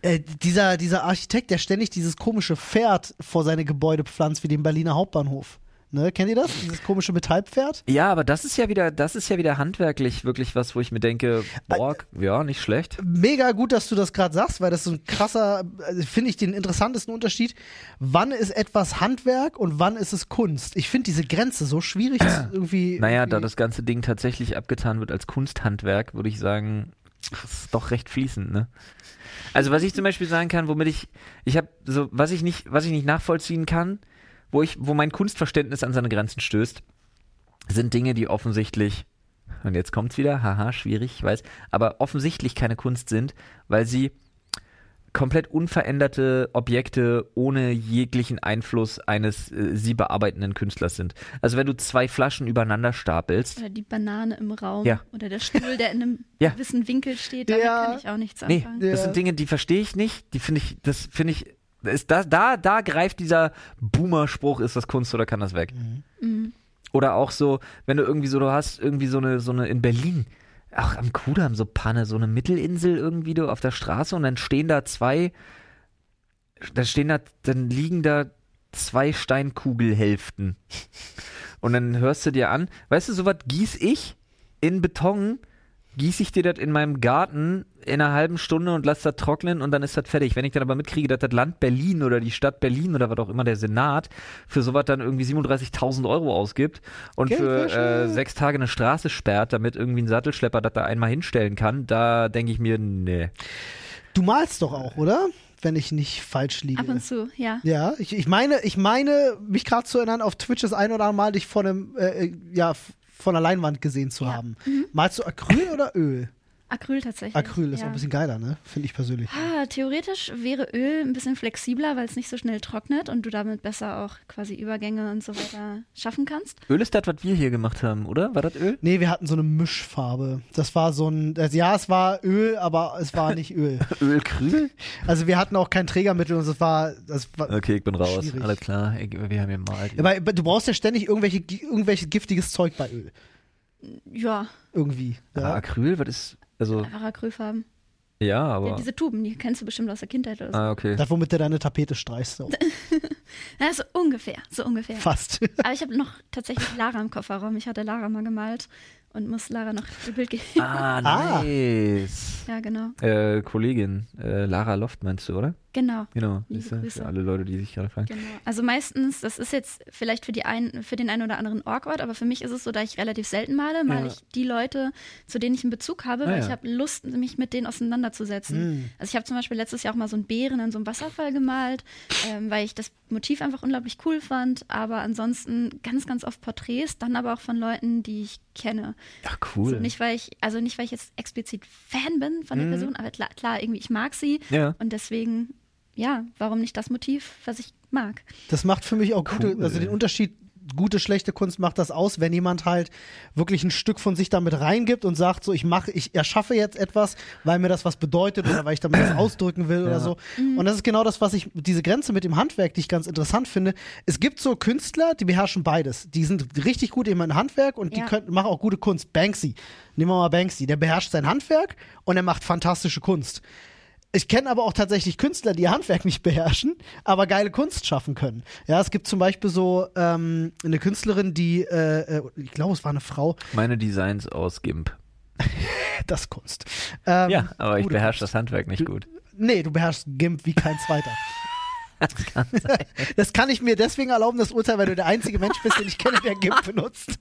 B: äh, dieser, dieser Architekt, der ständig dieses komische Pferd vor seine Gebäude pflanzt, wie den Berliner Hauptbahnhof. Ne, kennt ihr das? Dieses komische Metallpferd?
A: Ja, aber das ist ja wieder, das ist ja wieder handwerklich wirklich was, wo ich mir denke,
B: Äh,
A: Borg, ja, nicht schlecht.
B: mega gut, dass du das gerade sagst, weil das so ein krasser, also finde ich den interessantesten Unterschied. Wann ist etwas Handwerk und wann ist es Kunst? Ich finde diese Grenze so schwierig zu- irgendwie.
A: Naja, da
B: irgendwie-
A: das ganze Ding tatsächlich abgetan wird als Kunsthandwerk, würde ich sagen, Das ist doch recht fließend, ne? Also was ich zum Beispiel sagen kann, womit ich, ich habe so, was ich nicht, was ich nicht nachvollziehen kann, wo ich, wo mein Kunstverständnis an seine Grenzen stößt, sind Dinge, die offensichtlich, und jetzt kommt's wieder, haha, schwierig, ich weiß, aber offensichtlich keine Kunst sind, weil sie komplett unveränderte Objekte ohne jeglichen Einfluss eines äh, sie bearbeitenden Künstlers sind. Also wenn du zwei Flaschen übereinander stapelst,
C: Oder die Banane im Raum.
A: Ja.
C: Oder der Stuhl, der in einem
A: Ja.
C: gewissen Winkel steht. Damit
B: Ja.
C: kann ich auch nichts
A: Nee,
C: anfangen.
A: das
B: Ja.
A: sind Dinge, die verstehe ich nicht. Die finde ich, das finde ich, da ist da, da, da greift dieser Boomer-Spruch, ist das Kunst oder kann das weg?
C: Mhm.
A: Oder auch so, wenn du irgendwie so, du hast irgendwie so eine, so eine in Berlin, auch am Kudamm, so Panne, so eine Mittelinsel irgendwie du auf der Straße und dann stehen da zwei, dann stehen da, dann liegen da zwei Steinkugelhälften. Und dann hörst du dir an, weißt du, sowas gieß ich in Beton, gieße ich dir das in meinem Garten in einer halben Stunde und lass das trocknen und dann ist das fertig. Wenn ich dann aber mitkriege, dass das Land Berlin oder die Stadt Berlin oder was auch immer der Senat für sowas dann irgendwie 37.000 Euro ausgibt und für
B: Geldwäsche.
A: äh, sechs Tage eine Straße sperrt, damit irgendwie ein Sattelschlepper das da einmal hinstellen kann, da denke ich mir, nee.
B: Du malst doch auch, oder? Wenn ich nicht falsch liege.
C: Ab und zu, ja.
B: Ja, ich, ich meine, ich meine, mich gerade zu erinnern, auf Twitch das ein oder andere Mal dich von einem, äh, ja, f- von der Leinwand gesehen zu haben. Malst du Acryl oder Öl?
C: Acryl tatsächlich.
B: Acryl ist auch
C: ja.
B: ein bisschen geiler, ne? Finde ich persönlich.
C: Ah, theoretisch wäre Öl ein bisschen flexibler, weil es nicht so schnell trocknet und du damit besser auch quasi Übergänge und so weiter schaffen kannst.
A: Öl ist das, was wir hier gemacht haben, oder? War das Öl?
B: Nee, wir hatten so eine Mischfarbe. Das war so ein, das, ja, es war Öl, aber es war nicht Öl.
A: Ölkrügel?
B: Also wir hatten auch kein Trägermittel und es war, das war,
A: Okay, ich bin raus.
B: Schwierig.
A: Alles klar, ich, wir haben hier mal.
B: aber du brauchst ja ständig irgendwelche, irgendwelches giftiges Zeug bei Öl.
C: Ja,
B: Irgendwie.
A: Aber
B: Ja.
A: Acryl, was ist. Also,
C: einfach Acrylfarben.
A: ja,
C: Ja,
A: aber.
C: diese Tuben, die kennst du bestimmt aus der Kindheit oder so.
A: ah, okay.
B: Das, womit du deine Tapete streichst. So.
C: Na, so ungefähr, so ungefähr.
B: Fast.
C: Aber ich habe noch tatsächlich Lara im Kofferraum. Ich hatte Lara mal gemalt und muss Lara noch ihr Bild geben.
A: Ah,
B: Ah.
A: nice.
C: Ja, genau.
A: Äh, Kollegin, äh, Lara Loft meinst du, oder?
C: Genau.
A: Genau.
C: Liebe
A: siehste,
C: Grüße.
A: Für alle Leute, die sich gerade fragen.
C: Genau. Also meistens, das ist jetzt vielleicht für, die ein, für den einen oder anderen awkward, aber für mich ist es so, da ich relativ selten male,
A: Ja.
C: male ich die Leute, zu denen ich einen Bezug habe,
A: Ah,
C: weil
A: ja. Hm.
C: ich habe Lust, mich mit denen auseinanderzusetzen. Also ich habe zum Beispiel letztes Jahr auch mal so einen Bären in so einem Wasserfall gemalt, ähm, weil ich das Motiv einfach unglaublich cool fand, aber ansonsten ganz, ganz oft Porträts, dann aber auch von Leuten, die ich kenne.
A: Ach, cool.
C: Also nicht, weil ich, also nicht, weil ich jetzt explizit Fan bin von der Person, aber klar, klar, irgendwie, ich mag sie
A: Hm. Ja.
C: und deswegen, ja, warum nicht das Motiv, was ich mag?
B: Das macht für mich auch gute,
A: Cool.
B: also den Unterschied gute, schlechte Kunst macht das aus, wenn jemand halt wirklich ein Stück von sich damit reingibt und sagt so, ich mache, ich erschaffe jetzt etwas, weil mir das was bedeutet oder weil ich damit was ausdrücken will oder so. Und das ist genau das, was ich, diese Grenze mit dem Handwerk, die ich ganz interessant finde. Es gibt so Künstler, die beherrschen beides. Die sind richtig gut im Handwerk und die
C: Ja.
B: können, machen auch gute Kunst. Banksy, nehmen wir mal Banksy, der beherrscht sein Handwerk und er macht fantastische Kunst. Ich kenne aber auch tatsächlich Künstler, die ihr Handwerk nicht beherrschen, aber geile Kunst schaffen können. Ja, es gibt zum Beispiel so ähm, eine Künstlerin, die, äh, äh, ich glaube, es war eine Frau,
A: Meine Designs aus GIMP.
B: das ist Kunst. Ähm,
A: Ja, aber ich
B: gute
A: beherrsche das Handwerk nicht gut.
B: Nee, du beherrschst GIMP wie kein zweiter. Das kann ich mir deswegen erlauben, das Urteil, weil du der einzige Mensch bist, den ich kenne, der GIMP benutzt.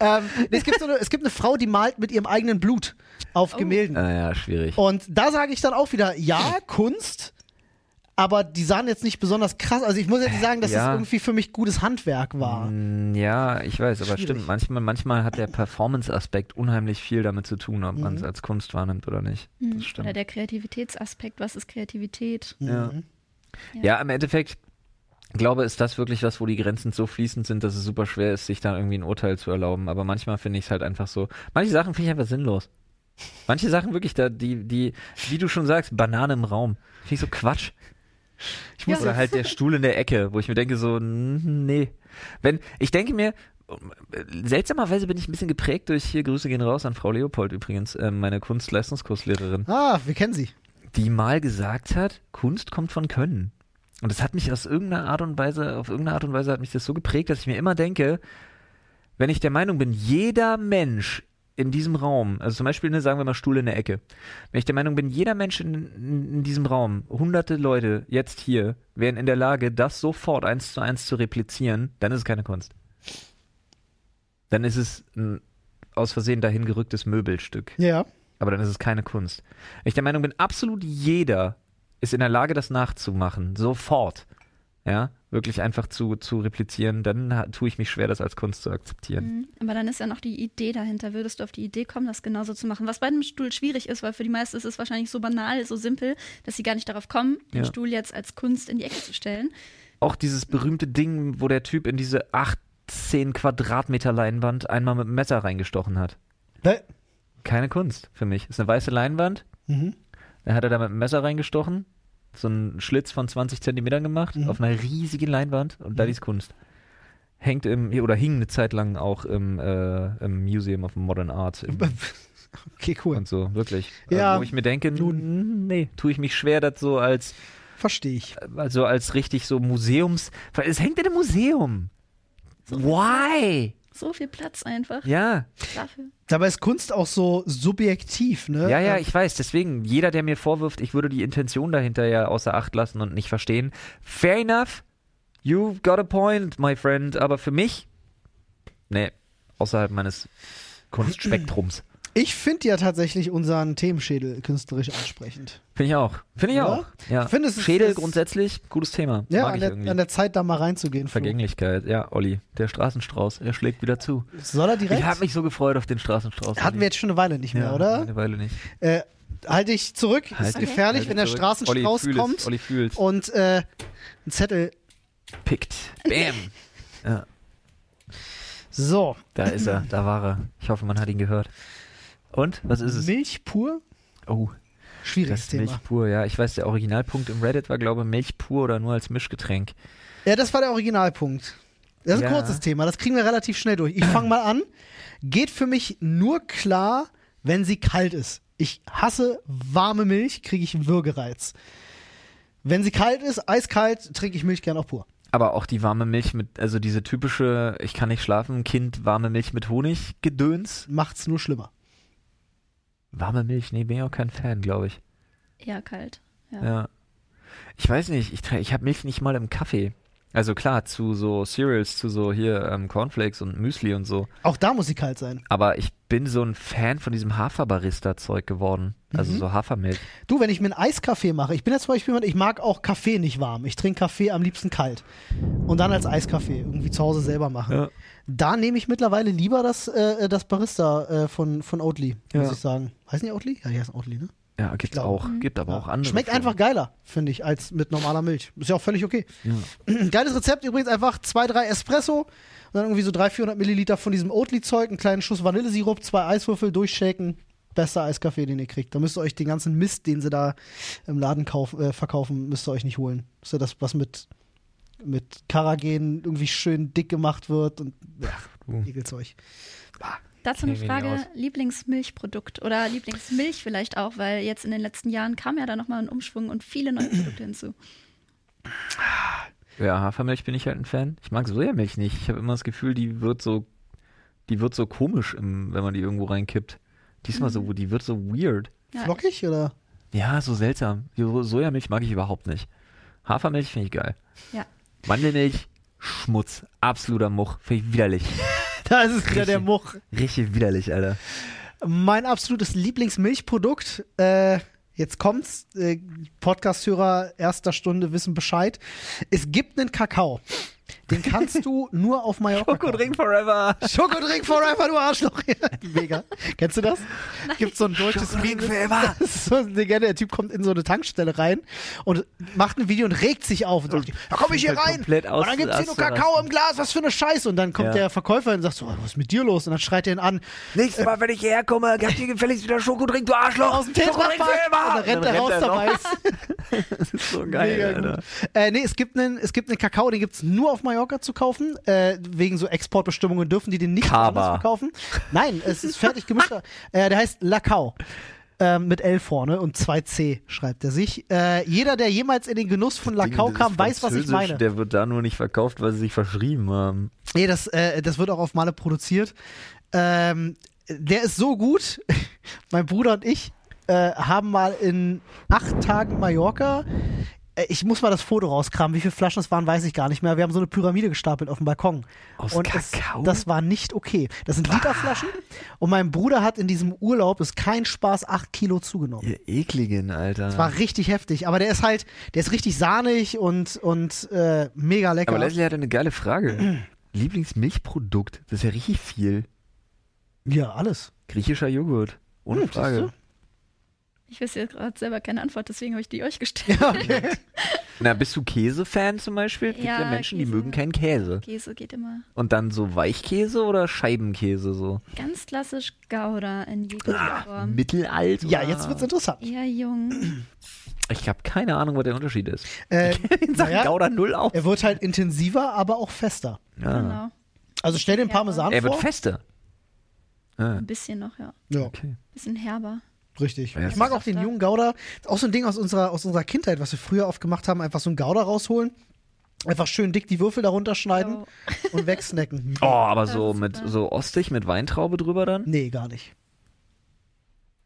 B: ähm, nee, es, gibt so eine, es gibt eine Frau, die malt mit ihrem eigenen Blut auf Gemälden.
A: Ah, ja, schwierig.
B: Und da sage ich dann auch wieder, ja, Kunst, aber die sahen jetzt nicht besonders krass. Also ich muss jetzt nicht sagen, dass
A: Ja.
B: es irgendwie für mich gutes Handwerk war.
A: Mm, Ja, ich weiß, aber
B: Schwierig.
A: stimmt. Manchmal, manchmal hat der Performance-Aspekt unheimlich viel damit zu tun, ob man
B: Mhm.
A: es als Kunst wahrnimmt oder nicht. Das
C: Mhm. Oder
A: stimmt.
C: der Kreativitätsaspekt, was ist Kreativität?
A: Ja. ja, im Endeffekt, ich glaube, ist das wirklich was, wo die Grenzen so fließend sind, dass es super schwer ist, sich da irgendwie ein Urteil zu erlauben. Aber manchmal finde ich es halt einfach so. Manche Sachen finde ich einfach sinnlos. Manche Sachen wirklich, da, die, die, wie du schon sagst, Banane im Raum. Finde ich so Quatsch.
B: Ich muss
A: Oder halt der Stuhl in der Ecke, wo ich mir denke so, n- nee. Wenn, ich denke mir, seltsamerweise bin ich ein bisschen geprägt durch, hier Grüße gehen raus an Frau Leopold übrigens, äh, meine Kunstleistungskurslehrerin
B: Ah, wir kennen sie.
A: die mal gesagt hat, Kunst kommt von Können. Und das hat mich aus irgendeiner Art und Weise, auf irgendeine Art und Weise hat mich das so geprägt, dass ich mir immer denke, wenn ich der Meinung bin, jeder Mensch in diesem Raum, also zum Beispiel, ne, sagen wir mal Stuhl in der Ecke, wenn ich der Meinung bin, jeder Mensch in, in, in diesem Raum, hunderte Leute jetzt hier, wären in der Lage, das sofort eins zu eins zu replizieren, dann ist es keine Kunst. Dann ist es ein aus Versehen dahingerücktes Möbelstück.
B: Ja.
A: aber dann ist es keine Kunst. Ich der Meinung bin, absolut jeder ist in der Lage, das nachzumachen. Sofort. Ja, wirklich einfach zu, zu replizieren, dann ha- tue ich mich schwer, das als Kunst zu akzeptieren.
C: Mhm. Aber dann ist ja noch die Idee dahinter. Würdest du auf die Idee kommen, das genauso zu machen? Was bei einem Stuhl schwierig ist, weil für die meisten ist es wahrscheinlich so banal, so simpel, dass sie gar nicht darauf kommen, den
A: Ja.
C: Stuhl jetzt als Kunst in die Ecke zu stellen.
A: Auch dieses berühmte Ding, wo der Typ in diese 18 Quadratmeter Leinwand einmal mit dem Messer reingestochen hat.
B: Ne?
A: Keine Kunst für mich. Ist eine weiße Leinwand,
B: Mhm.
A: Da hat er da mit dem Messer reingestochen, so einen Schlitz von 20 Zentimetern gemacht,
B: Mhm.
A: auf einer riesigen Leinwand und da ist Kunst. Hängt im, oder hing eine Zeit lang auch im, äh, im Museum of Modern Art im,
B: Okay, cool.
A: und so, wirklich.
B: Ja,
A: Äh, wo ich mir denke,
B: nun.
A: nee, tue ich mich schwer, das so als,
B: Verstehe ich.
A: also als richtig so Museums, weil es hängt in einem Museum. Why?
C: So viel Platz einfach
A: Ja,
C: dafür.
B: Dabei ist Kunst auch so subjektiv, ne?
A: Ja, ja,
B: Ähm,
A: ich weiß. Deswegen, jeder, der mir vorwirft, ich würde die Intention dahinter ja außer Acht lassen und nicht verstehen. Fair enough. You've got a point, my friend. Aber für mich, nee, außerhalb meines Kunstspektrums.
B: ich finde ja tatsächlich unseren Themenschädel künstlerisch ansprechend.
A: Finde ich auch. Finde ich
B: Ja?
A: auch. Ja.
B: Ich finde, es ist-
A: Schädel
B: es-
A: grundsätzlich, gutes Thema.
B: Ja,
A: Mag
B: an
A: ich
B: der,
A: irgendwie.
B: an der Zeit da mal reinzugehen. Flo.
A: Vergänglichkeit, ja, Olli. Der Straßenstrauß, er schlägt wieder zu.
B: Soll er direkt?
A: Ich habe mich so gefreut auf den Straßenstrauß.
B: Hatten
A: Olli.
B: wir jetzt schon eine Weile nicht mehr,
A: ja,
B: oder?
A: Eine Weile nicht.
B: Äh, halte ich zurück.
A: Halt
B: ist
A: dich-
B: gefährlich,
A: halt
B: wenn
A: dich
B: der
A: zurück.
B: Straßenstrauß
A: Olli, fühl
B: kommt
A: Es. Olli fühlt
B: und äh, ein Zettel.
A: Pickt. Bam. Ja.
B: So,
A: Da ist er, da war er. Ich hoffe, man hat ihn gehört. Und? Was ist es?
B: Milch pur?
A: Oh, das
B: Schwieriges
A: ist
B: Thema.
A: Milch pur, ja. Ich weiß, der Originalpunkt im Reddit war, glaube ich, Milch pur oder nur als Mischgetränk.
B: Ja, das war der Originalpunkt. Das ist ein
A: Ja.
B: kurzes Thema, das kriegen wir relativ schnell durch. Ich fange mal an. Geht für mich nur klar, wenn sie kalt ist. Ich hasse warme Milch, kriege ich einen Würgereiz. Wenn sie kalt ist, eiskalt, trinke ich Milch gern auch pur.
A: Aber auch die warme Milch mit, also diese typische, ich kann nicht schlafen, Kind, warme Milch mit Honig, Gedöns.
B: Macht's nur schlimmer.
A: Warme Milch, nee, bin ich auch kein Fan, glaube ich.
C: Eher kalt. Ja.
A: Ja. Ich weiß nicht, ich, trä- ich habe Milch nicht mal im Kaffee. Also klar, zu so Cereals, zu so hier ähm, Cornflakes und Müsli und so.
B: Auch da muss sie kalt sein.
A: Aber ich bin so ein Fan von diesem Haferbarista-Zeug geworden. Also so Hafermilch.
B: Du, wenn ich mir einen Eiskaffee mache, ich bin jetzt zum Beispiel jemand, ich mag auch Kaffee nicht warm. Ich trinke Kaffee am liebsten kalt. Und dann als Eiskaffee irgendwie zu Hause selber machen.
A: Ja.
B: Da nehme ich mittlerweile lieber das, äh, das Barista äh, von, von Oatly, muss
A: Ja.
B: ich sagen. Heißt nicht Oatly? Ja, die heißen Oatly, ne?
A: Ja, gibt's
B: glaub.
A: auch. Gibt aber auch andere.
B: Schmeckt
A: Firmen.
B: einfach geiler, finde ich, als mit normaler Milch. Ist ja auch völlig okay. Geiles Rezept übrigens einfach zwei, drei Espresso und dann irgendwie so 300, 400 Milliliter von diesem Oatly-Zeug, einen kleinen Schuss Vanillesirup, zwei Eiswürfel durchshaken. Bester Eiskaffee, den ihr kriegt. Da müsst ihr euch den ganzen Mist, den sie da im Laden kauf, äh, verkaufen, müsst ihr euch nicht holen. Ist ja das, was mit, mit Karagen irgendwie schön dick gemacht wird und ja, Ekelzeug.
C: Dazu eine
A: Kenn ich mich nicht
C: Frage, Lieblingsmilchprodukt oder Lieblingsmilch vielleicht auch, weil jetzt in den letzten Jahren kam ja da nochmal ein Umschwung und viele neue Produkte hinzu.
A: Ja, Hafermilch bin ich halt ein Fan. Ich mag Sojamilch nicht. Ich habe immer das Gefühl, die wird so, die wird so komisch, im, wenn man die irgendwo reinkippt. Diesmal
B: Mhm.
A: so, die wird so weird.
C: Ja,
B: Flockig oder?
A: Ja, so seltsam. So- Sojamilch mag ich überhaupt nicht. Hafermilch finde ich geil.
C: Ja.
A: Mandelmilch, Schmutz, absoluter Much. Finde ich widerlich.
B: Da ist es wieder der
A: Richtig.
B: Much.
A: Richtig widerlich, Alter.
B: Mein absolutes Lieblingsmilchprodukt. Äh, jetzt kommt's. Äh, Podcast-Hörer erster Stunde wissen Bescheid. Es gibt einen Kakao. Den kannst du nur auf Mallorca. kaufen.
A: forever.
B: Schokodrink forever, du Arschloch. Mega. Kennst du das? Gibt so ein deutsches
A: Schokodrink
B: Meme.
A: forever.
B: Das ist so eine Legende. Der Typ kommt in so eine Tankstelle rein und macht ein Video und regt sich auf und sagt, da komme ich hier
A: fängt halt
B: rein. Und
A: komplett
B: dann gibt's hier nur
A: auszurasten.
B: Kakao im Glas, was für eine Scheiße. Und dann kommt
A: Ja.
B: der Verkäufer und sagt so, was ist mit dir los? Und dann schreit er ihn an,
A: Nächstes Mal, wenn ich hierher komme, gib dir gefälligst wieder Schokodrink, du Arschloch.
B: aus dem Tetrapack und dann rennt er raus dabei.
A: Das ist so geil,
B: Mega
A: Alter.
B: gut. Äh, nee, es gibt einen, es gibt einen Kakao, den gibt's nur auf Mallorca zu kaufen. Äh, wegen so Exportbestimmungen dürfen die den nicht
A: Kaba.
B: woanders verkaufen. Nein, es ist fertig gemischt. äh, der heißt Lacao. Ähm, mit L vorne und 2C schreibt er sich. Äh, jeder, der jemals in den Genuss von Lacao
A: Dieses
B: kam, weiß, was ich
A: Französisch,
B: meine.
A: Der wird da nur nicht verkauft, weil sie sich verschrieben haben.
B: Nee, das, äh, das wird auch auf Male produziert. Ähm, der ist so gut. mein Bruder und ich äh, haben mal in acht Tagen Mallorca äh, ich muss mal das Foto rauskramen. Wie viele Flaschen es waren, weiß ich gar nicht mehr. Wir haben so eine Pyramide gestapelt auf dem Balkon.
A: Aus
B: und es,
A: Kakao?
B: das war nicht okay. Das sind Literflaschen. Und mein Bruder hat in diesem Urlaub, ist kein Spaß, 8 Kilo zugenommen.
A: Ihr ekligen, Alter.
B: Das war richtig heftig. Aber der ist halt, der ist richtig sahnig und, und äh, mega lecker.
A: Aber Leslie hat eine geile Frage. Lieblingsmilchprodukt, das ist ja richtig viel.
B: ja, alles.
A: Griechischer Joghurt. Ohne
B: Hm,
A: Frage.
B: siehst
C: Ich weiß jetzt gerade selber keine Antwort, deswegen habe ich die euch gestellt.
A: Na, bist du Käsefan zum Beispiel? Es gibt ja
C: Ja,
A: Menschen, die
C: Käse.
A: mögen keinen Käse.
C: Käse geht immer.
A: Und dann so Weichkäse oder Scheibenkäse so?
C: Ganz klassisch Gouda in
A: Ah,
C: jeglicher Form.
A: Mittelalt?
B: Ja,
A: oder-
B: jetzt wird's interessant.
C: Eher jung.
A: Ich habe keine Ahnung, was der Unterschied ist.
B: Äh,
A: In Sachen
B: naja,
A: Gouda null auch.
B: er wird halt intensiver, aber auch fester.
A: Ja.
C: Genau.
B: Also stell den
C: Ja.
B: Parmesan
A: Er wird
B: vor.
A: fester. Ah,
C: Ein bisschen noch, ja.
B: Ja,
A: okay.
C: Bisschen herber.
B: richtig.
A: Ja,
B: ich mag auch den jungen Gouda. Ist Auch so ein Ding aus unserer, aus unserer Kindheit, was wir früher oft gemacht haben. Einfach so einen Gouda rausholen. Einfach schön dick die Würfel darunter schneiden
C: Oh.
B: und wegsnacken. Hm.
A: Oh, aber so
C: ist
A: mit
C: super.
A: so ostig mit Weintraube drüber dann?
B: Nee, gar nicht.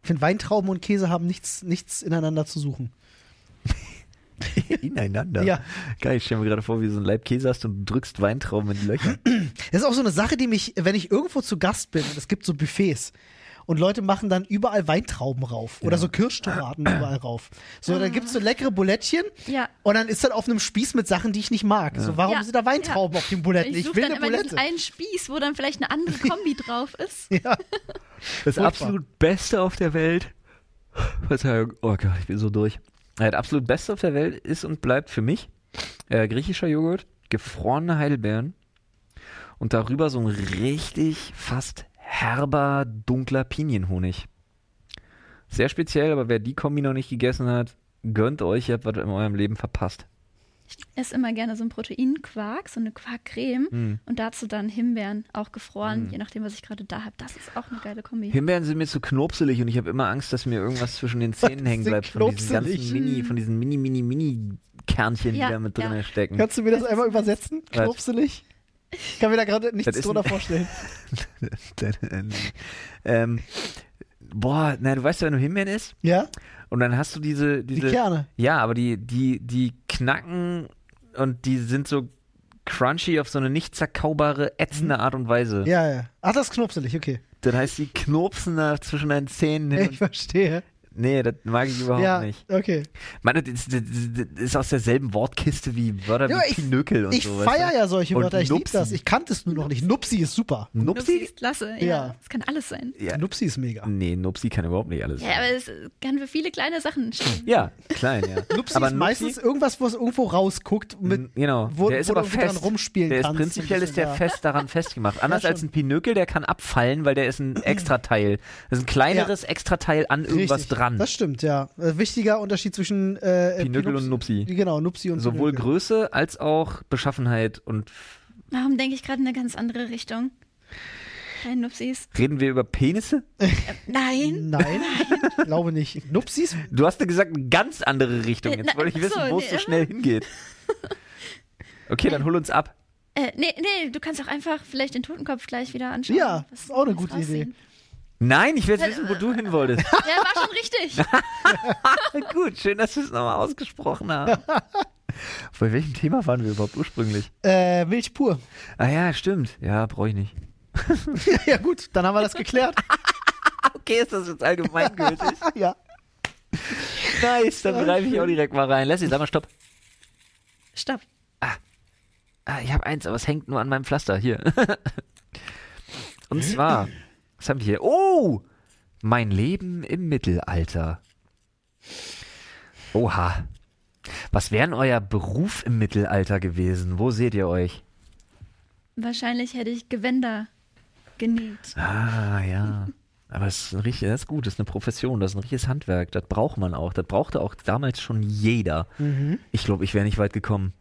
B: Ich finde, Weintrauben und Käse haben nichts, nichts ineinander zu suchen.
A: Ineinander.
B: Ja.
A: Geil, ich stelle mir gerade vor, wie du so ein Leib Käse hast und du drückst Weintrauben in die Löcher.
B: Das ist auch so eine Sache, die mich, wenn ich irgendwo zu Gast bin, und es gibt so Buffets und Leute machen dann überall Weintrauben rauf oder so Kirschtomaten überall rauf. So, dann gibt's so leckere Bulettchen
C: Ja.
B: und dann ist dann auf einem Spieß mit Sachen, die ich nicht mag. So, warum
C: Ja.
B: sind da Weintrauben auf den Buletten? Ich,
C: Ich suche
B: will
C: dann
B: eine
C: immer diesen
B: Bulette.
C: einen Spieß, wo dann vielleicht eine andere Kombi drauf ist.
B: Ja.
A: Das
B: Furchtbar.
A: absolut Beste auf der Welt. Verzeihung, oh Gott, ich bin so durch. Das absolut Beste auf der Welt ist und bleibt für mich äh, griechischer Joghurt, gefrorene Heidelbeeren und darüber so ein richtig fast herber, dunkler Pinienhonig. Sehr speziell, aber wer die Kombi noch nicht gegessen hat, gönnt euch, ihr habt was in eurem Leben verpasst.
C: esse immer gerne so einen Proteinquark, so eine Quarkcreme und dazu dann Himbeeren, auch gefroren, je nachdem, was ich gerade da habe. Das ist auch eine geile Kombi.
A: Himbeeren sind mir zu knopselig und ich habe immer Angst, dass mir irgendwas zwischen den Zähnen hängen
B: sind
A: bleibt von diesen ganzen
B: knopselig?
A: Mini, von diesen Mini, Mini, Mini Kernchen,
C: Ja,
A: die da mit drin
C: ja.
A: stecken.
B: Kannst du mir das einmal übersetzen?
A: Was?
B: Knopselig? Ich kann mir da gerade nichts
A: Das ist
B: drunter
A: ein-
B: vorstellen.
A: ähm, boah, na, du weißt ja, wenn du Himbeeren isst
B: Ja?
A: und dann hast du diese, diese
B: Kerne.
A: Ja, aber die, die, die knacken und die sind so crunchy auf so eine nicht zerkaubare, ätzende Art und Weise.
B: Mhm. Ja, ja. Ach, das ist knopselig, okay.
A: Das heißt, die knurpsen da zwischen deinen Zähnen hin.
B: Ich
A: Und,
B: verstehe.
A: nee, das mag ich überhaupt
B: Ja,
A: nicht.
B: okay.
A: Meine, das, das, das das ist aus derselben Wortkiste wie Wörter
B: Ja,
A: wie
B: ich-
A: Pinökel und
B: Ich
A: so.
B: feier ja solche
A: Und
B: Wörter, ich liebe
A: Nupsi.
B: das. Ich kannte es nur noch nicht. Nupsi ist super.
C: Nupsi
A: Nupsi?
C: ist klasse,
B: Ja.
C: ja. Es kann alles sein.
A: Ja.
B: Nupsi ist mega.
A: Nee, Nupsi kann überhaupt nicht alles.
C: Ja, aber es kann für viele kleine Sachen stehen.
A: Ja, klein, ja.
B: Nupsi ist meistens irgendwas, was irgendwo rausguckt, mit,
A: genau.
B: wo,
A: der ist
B: wo
A: aber
B: du irgendwie dran
A: fest.
B: rumspielen
A: der ist
B: kannst.
A: prinzipiell
B: Und
A: ist der
B: ja.
A: fest daran festgemacht. Anders als
B: schon.
A: ein Pinökel, der kann abfallen, weil der ist ein Extrateil. Das ist ein kleineres Extrateil an irgendwas
B: Richtig.
A: dran.
B: Das stimmt, ja. Äh, Wichtiger Unterschied zwischen äh, äh,
A: Pinökel und Nupsi.
B: Genau, Nupsi und
A: Sowohl
B: Pinökel.
A: Größe als auch Beschaffenheit. Und
C: Warum denke ich gerade in eine ganz andere Richtung? Nein, Nupsis.
A: reden wir über Penisse?
C: Nein.
B: Nein, ich glaube nicht. Nupsis?
A: Du hast ja gesagt, eine ganz andere Richtung.
C: Äh,
A: Jetzt
C: na,
A: wollte ich
C: ach
A: wissen,
C: so,
A: wo es
C: nee,
A: so
C: äh.
A: schnell hingeht. Okay, dann hol uns ab.
C: Äh, nee, nee, du kannst auch einfach vielleicht den Totenkopf gleich wieder anschauen.
B: Ja,
C: Was-
B: ist auch eine
C: was
B: gute
C: raussehen.
A: Nein, ich will jetzt wissen, wo du hin wolltest.
C: Ja, war schon richtig.
A: Gut, schön, dass wir es nochmal ausgesprochen haben. Bei welchem Thema waren wir überhaupt ursprünglich?
B: Äh, Milch pur.
A: Ah ja, stimmt. Ja, brauche ich nicht.
B: ja, gut, dann haben wir das geklärt.
A: Okay, ist das jetzt allgemeingültig?
B: Ah, ja.
A: nice, dann greife ich auch direkt mal rein. Leslie, sag mal stopp.
C: Stopp.
A: Ah, ich habe eins, aber es hängt nur an meinem Pflaster. Hier. Und zwar, was haben wir hier? Oh! Mein Leben im Mittelalter. Oha. Was wäre denn euer Beruf im Mittelalter gewesen? Wo seht ihr euch?
C: Wahrscheinlich hätte ich Gewänder genäht.
A: Ah, ja. Aber es ist, ein richtig, das ist gut, das ist eine Profession, das ist ein richtiges Handwerk, das braucht man auch. Das brauchte auch damals schon jeder. Ich glaube, ich wäre nicht weit gekommen.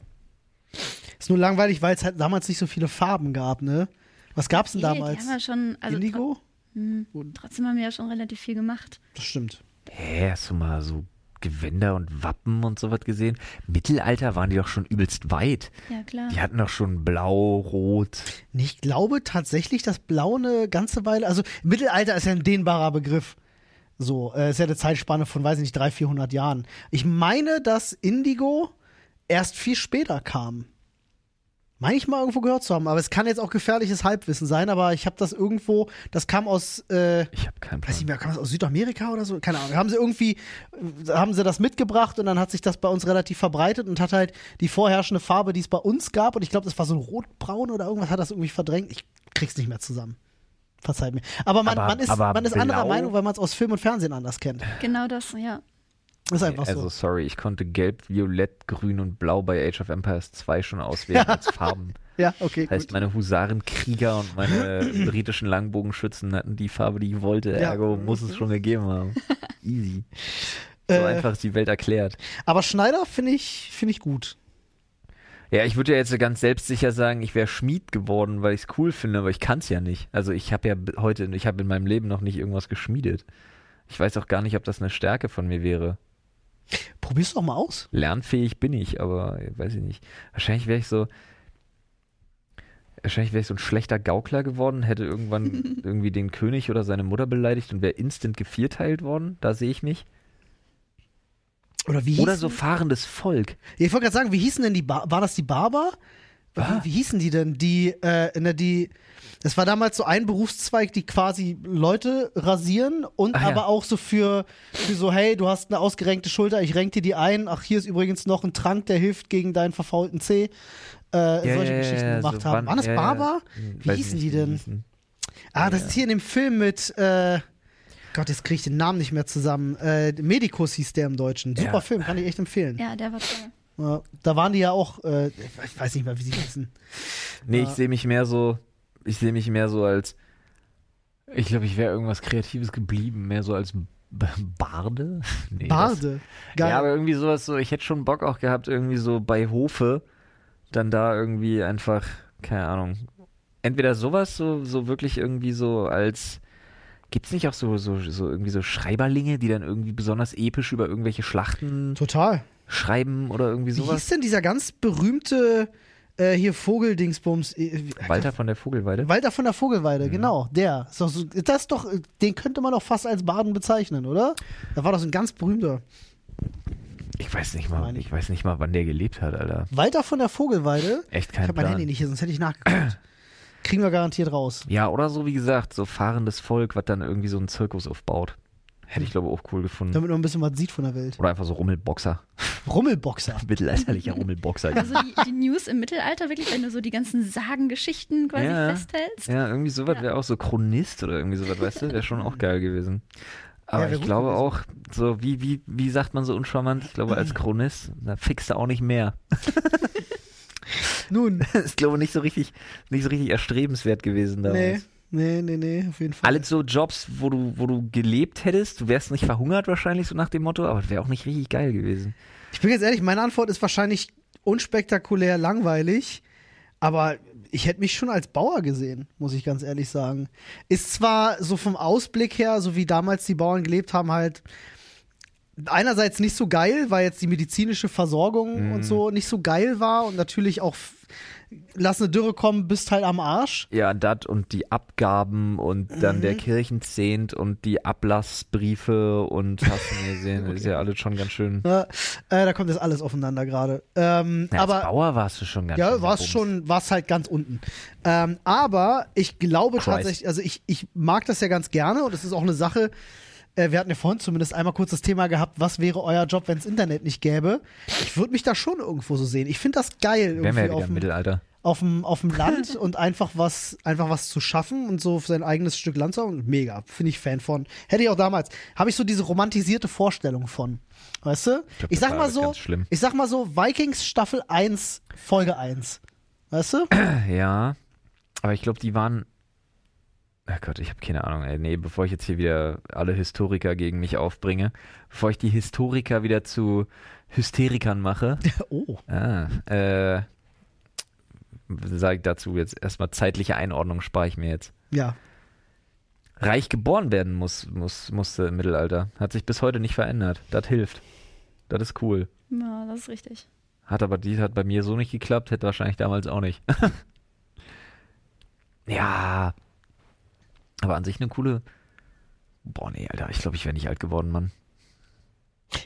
B: Ist nur langweilig, weil es halt damals nicht so viele Farben gab, ne? Was gab's denn
C: Nee,
B: damals?
C: Die haben ja schon, also
B: Indigo?
C: tro- trotzdem haben wir ja schon relativ viel gemacht.
B: Das stimmt.
A: Hä, hast du mal so Gewänder und Wappen und sowas gesehen? Mittelalter waren die doch schon übelst weit.
C: Ja, klar.
A: Die hatten doch schon blau, rot.
B: Nee, Ich glaube tatsächlich, dass Blau eine ganze Weile, also Mittelalter ist ja ein dehnbarer Begriff. So, äh, ist ja eine Zeitspanne von, weiß ich nicht, 300, 400 Jahren. Ich meine, dass Indigo erst viel später kamen. Meine ich mal irgendwo gehört zu haben, aber es kann jetzt auch gefährliches Halbwissen sein, aber ich habe das irgendwo, das kam aus, äh,
A: Ich habe keinen
B: weiß
A: Plan.
B: nicht mehr, kam das aus Südamerika oder so? Keine Ahnung. Haben sie irgendwie, äh, haben sie das mitgebracht und dann hat sich das bei uns relativ verbreitet und hat halt die vorherrschende Farbe, die es bei uns gab, und ich glaube, das war so ein rotbraun oder irgendwas, hat das irgendwie verdrängt. Ich krieg's nicht mehr zusammen. Verzeiht mir. Aber man,
A: Aber-
B: man ist,
A: aber
B: man ist anderer
A: blau?
B: Meinung, weil man es aus Film und Fernsehen anders kennt.
C: Genau das, ja.
B: Ist einfach
A: also
B: so.
A: sorry, ich konnte gelb, violett, grün und blau bei Age of Empires 2 schon auswählen als Farben.
B: Ja, okay.
A: Das heißt,
B: Gut.
A: meine Husarenkrieger und meine britischen Langbogenschützen hatten die Farbe, die ich wollte.
B: Ja.
A: Ergo muss es schon gegeben haben. Easy. So
B: Äh.
A: einfach ist die Welt erklärt.
B: Aber Schneider finde ich, finde ich gut.
A: Ja, ich würde ja jetzt ganz selbstsicher sagen, ich wäre Schmied geworden, weil ich es cool finde, aber ich kann es ja nicht. Also ich habe ja b- heute, ich habe in meinem Leben noch nicht irgendwas geschmiedet. Ich weiß auch gar nicht, ob das eine Stärke von mir wäre.
B: Probier's doch mal aus.
A: Lernfähig bin ich, aber äh, weiß ich nicht. Wahrscheinlich wäre ich so. Wahrscheinlich wäre ich so ein schlechter Gaukler geworden, hätte irgendwann irgendwie den König oder seine Mutter beleidigt und wäre instant gevierteilt worden. Da sehe ich mich.
B: Oder wie
A: Oder
B: hießen-
A: so fahrendes Volk.
B: Ja, ich wollte gerade sagen, wie hießen denn die ba war das die Barber? Wie, wie hießen die denn? Die, äh, ne, die, das war damals so ein Berufszweig, die quasi Leute rasieren und
A: Ach Ah, ja.
B: aber auch so für, für so, hey, du hast eine ausgerenkte Schulter, ich renke dir die ein. Ach, hier ist übrigens noch ein Trank, der hilft gegen deinen verfaulten Zeh. Äh, solche Geschichten gemacht haben. Waren das
A: ja, ja.
B: Barber?
A: Hm,
B: Wie
A: weiß
B: hießen
A: nicht,
B: die denn?
A: hießen.
B: Ah, das ist hier in dem Film mit, äh, Gott, jetzt kriege ich den Namen nicht mehr zusammen. Äh, Medicus hieß der im Deutschen. Super
A: Ja.
B: Film, kann ich echt empfehlen.
C: Ja, der war toll.
B: Ja, da waren die ja auch, äh, ich weiß nicht mehr, wie sie hießen.
A: Nee, ich
B: Ja.
A: sehe mich mehr so, ich sehe mich mehr so als, ich glaube, ich wäre irgendwas Kreatives geblieben, mehr so als B Barde. Nee, das-
B: Barde. Geil.
A: Ja, aber irgendwie sowas so, ich hätte schon Bock auch gehabt, irgendwie so bei Hofe, dann da irgendwie einfach, keine Ahnung, entweder sowas, so, so wirklich irgendwie so als, gibt's nicht auch so, so, so irgendwie so Schreiberlinge, die dann irgendwie besonders episch über irgendwelche Schlachten
B: Total.
A: schreiben oder irgendwie
B: Wie hieß
A: sowas?
B: denn dieser ganz berühmte äh, hier Vogeldingsbums? äh, wie-
A: Walter Mhm. von der Vogelweide?
B: Walter von der Vogelweide, genau, der. Ist doch so, das ist doch, äh, den könnte man doch fast als Baden bezeichnen, oder? Da war doch so ein ganz berühmter.
A: Ich weiß nicht mal,
B: Meine ich.
A: ich weiß nicht mal, wann der gelebt hat, Alter.
B: Walter von der Vogelweide.
A: Echt
B: Ich
A: kein
B: habe mein
A: Plan.
B: Handy nicht hier, sonst hätte ich nachgeguckt. Kriegen wir garantiert raus.
A: Ja, oder so wie gesagt, so fahrendes Volk, was dann irgendwie so einen Zirkus aufbaut. Hätte
B: Hm.
A: ich glaube auch cool gefunden.
B: Damit man ein bisschen was sieht von der Welt.
A: Oder einfach so Rummelboxer.
B: Rummelboxer.
A: Mittelalterlicher Rummelboxer.
C: Also die, die News im Mittelalter, wirklich, wenn du so die ganzen Sagengeschichten quasi
A: Ja.
C: festhältst.
A: ja, irgendwie sowas wäre auch so Chronist oder irgendwie sowas, weißt du? Wäre schon auch geil gewesen. Aber
B: wär
A: ich
B: gut
A: glaube
B: gewesen.
A: auch, so wie, wie, wie sagt man so uncharmant? Ich glaube, als Chronist, da fixt er auch nicht mehr.
B: Nun.
A: ist, glaube ich, nicht so richtig, nicht so richtig erstrebenswert gewesen damals.
B: Nee, nee, nee, nee, auf jeden Fall.
A: Alle so Jobs, wo du, wo du gelebt hättest, du wärst nicht verhungert wahrscheinlich, so nach dem Motto, aber das wäre auch nicht richtig geil gewesen.
B: Ich bin ganz ehrlich, meine Antwort ist wahrscheinlich unspektakulär langweilig, aber ich hätte mich schon als Bauer gesehen, muss ich ganz ehrlich sagen. Ist zwar so vom Ausblick her, so wie damals die Bauern gelebt haben, halt einerseits nicht so geil, weil jetzt die medizinische Versorgung
A: Mhm.
B: und so nicht so geil war und natürlich auch f- lass eine Dürre kommen, bist halt am Arsch.
A: Ja, das und die Abgaben und dann
B: Mhm.
A: der Kirchenzehnt und die Ablassbriefe und hast du mir gesehen, ist ja alles schon ganz schön.
B: Ne? Äh, da kommt das alles aufeinander gerade. Ähm,
A: Na, als
B: aber
A: Bauer warst du schon ganz
B: Ja,
A: schön
B: war es
A: verbumst.
B: schon, war es halt ganz unten. Ähm, aber ich glaube
A: Christ.
B: tatsächlich, also ich, ich mag das ja ganz gerne und es ist auch eine Sache, äh, wir hatten ja vorhin zumindest einmal kurz das Thema gehabt, was wäre euer Job, wenn es Internet nicht gäbe. Ich würde mich da schon irgendwo so sehen. Ich finde das geil,
A: Wären wir ja
B: irgendwie
A: wieder im
B: auf,
A: Mittelalter.
B: dem, auf dem Land und einfach was, einfach was zu schaffen und so sein eigenes Stück Land zu haben. Mega, finde ich Fan von. Hätte ich auch damals. Habe ich so diese romantisierte Vorstellung von. Weißt du? Ich,
A: glaub, das
B: sag
A: war
B: mal
A: alles
B: so,
A: ganz schlimm.
B: ich sag mal so, Vikings Staffel 1, Folge 1. Weißt du?
A: Ja, aber ich glaube, die waren. Ach Gott, ich habe keine Ahnung. Ey. Nee, bevor ich jetzt hier wieder alle Historiker gegen mich aufbringe, bevor ich die Historiker wieder zu Hysterikern mache,
B: Oh.
A: Ah, äh, sage ich dazu jetzt erstmal zeitliche Einordnung spare ich mir jetzt.
B: Ja.
A: Reich geboren werden muss, muss, musste im Mittelalter. Hat sich bis heute nicht verändert. Das hilft. Das ist cool.
C: Ja, das ist richtig.
A: Hat aber dies hat bei mir so nicht geklappt, hätte wahrscheinlich damals auch nicht. ja. Aber an sich eine coole. Boah, nee, Alter, ich glaube, ich wäre nicht alt geworden, Mann.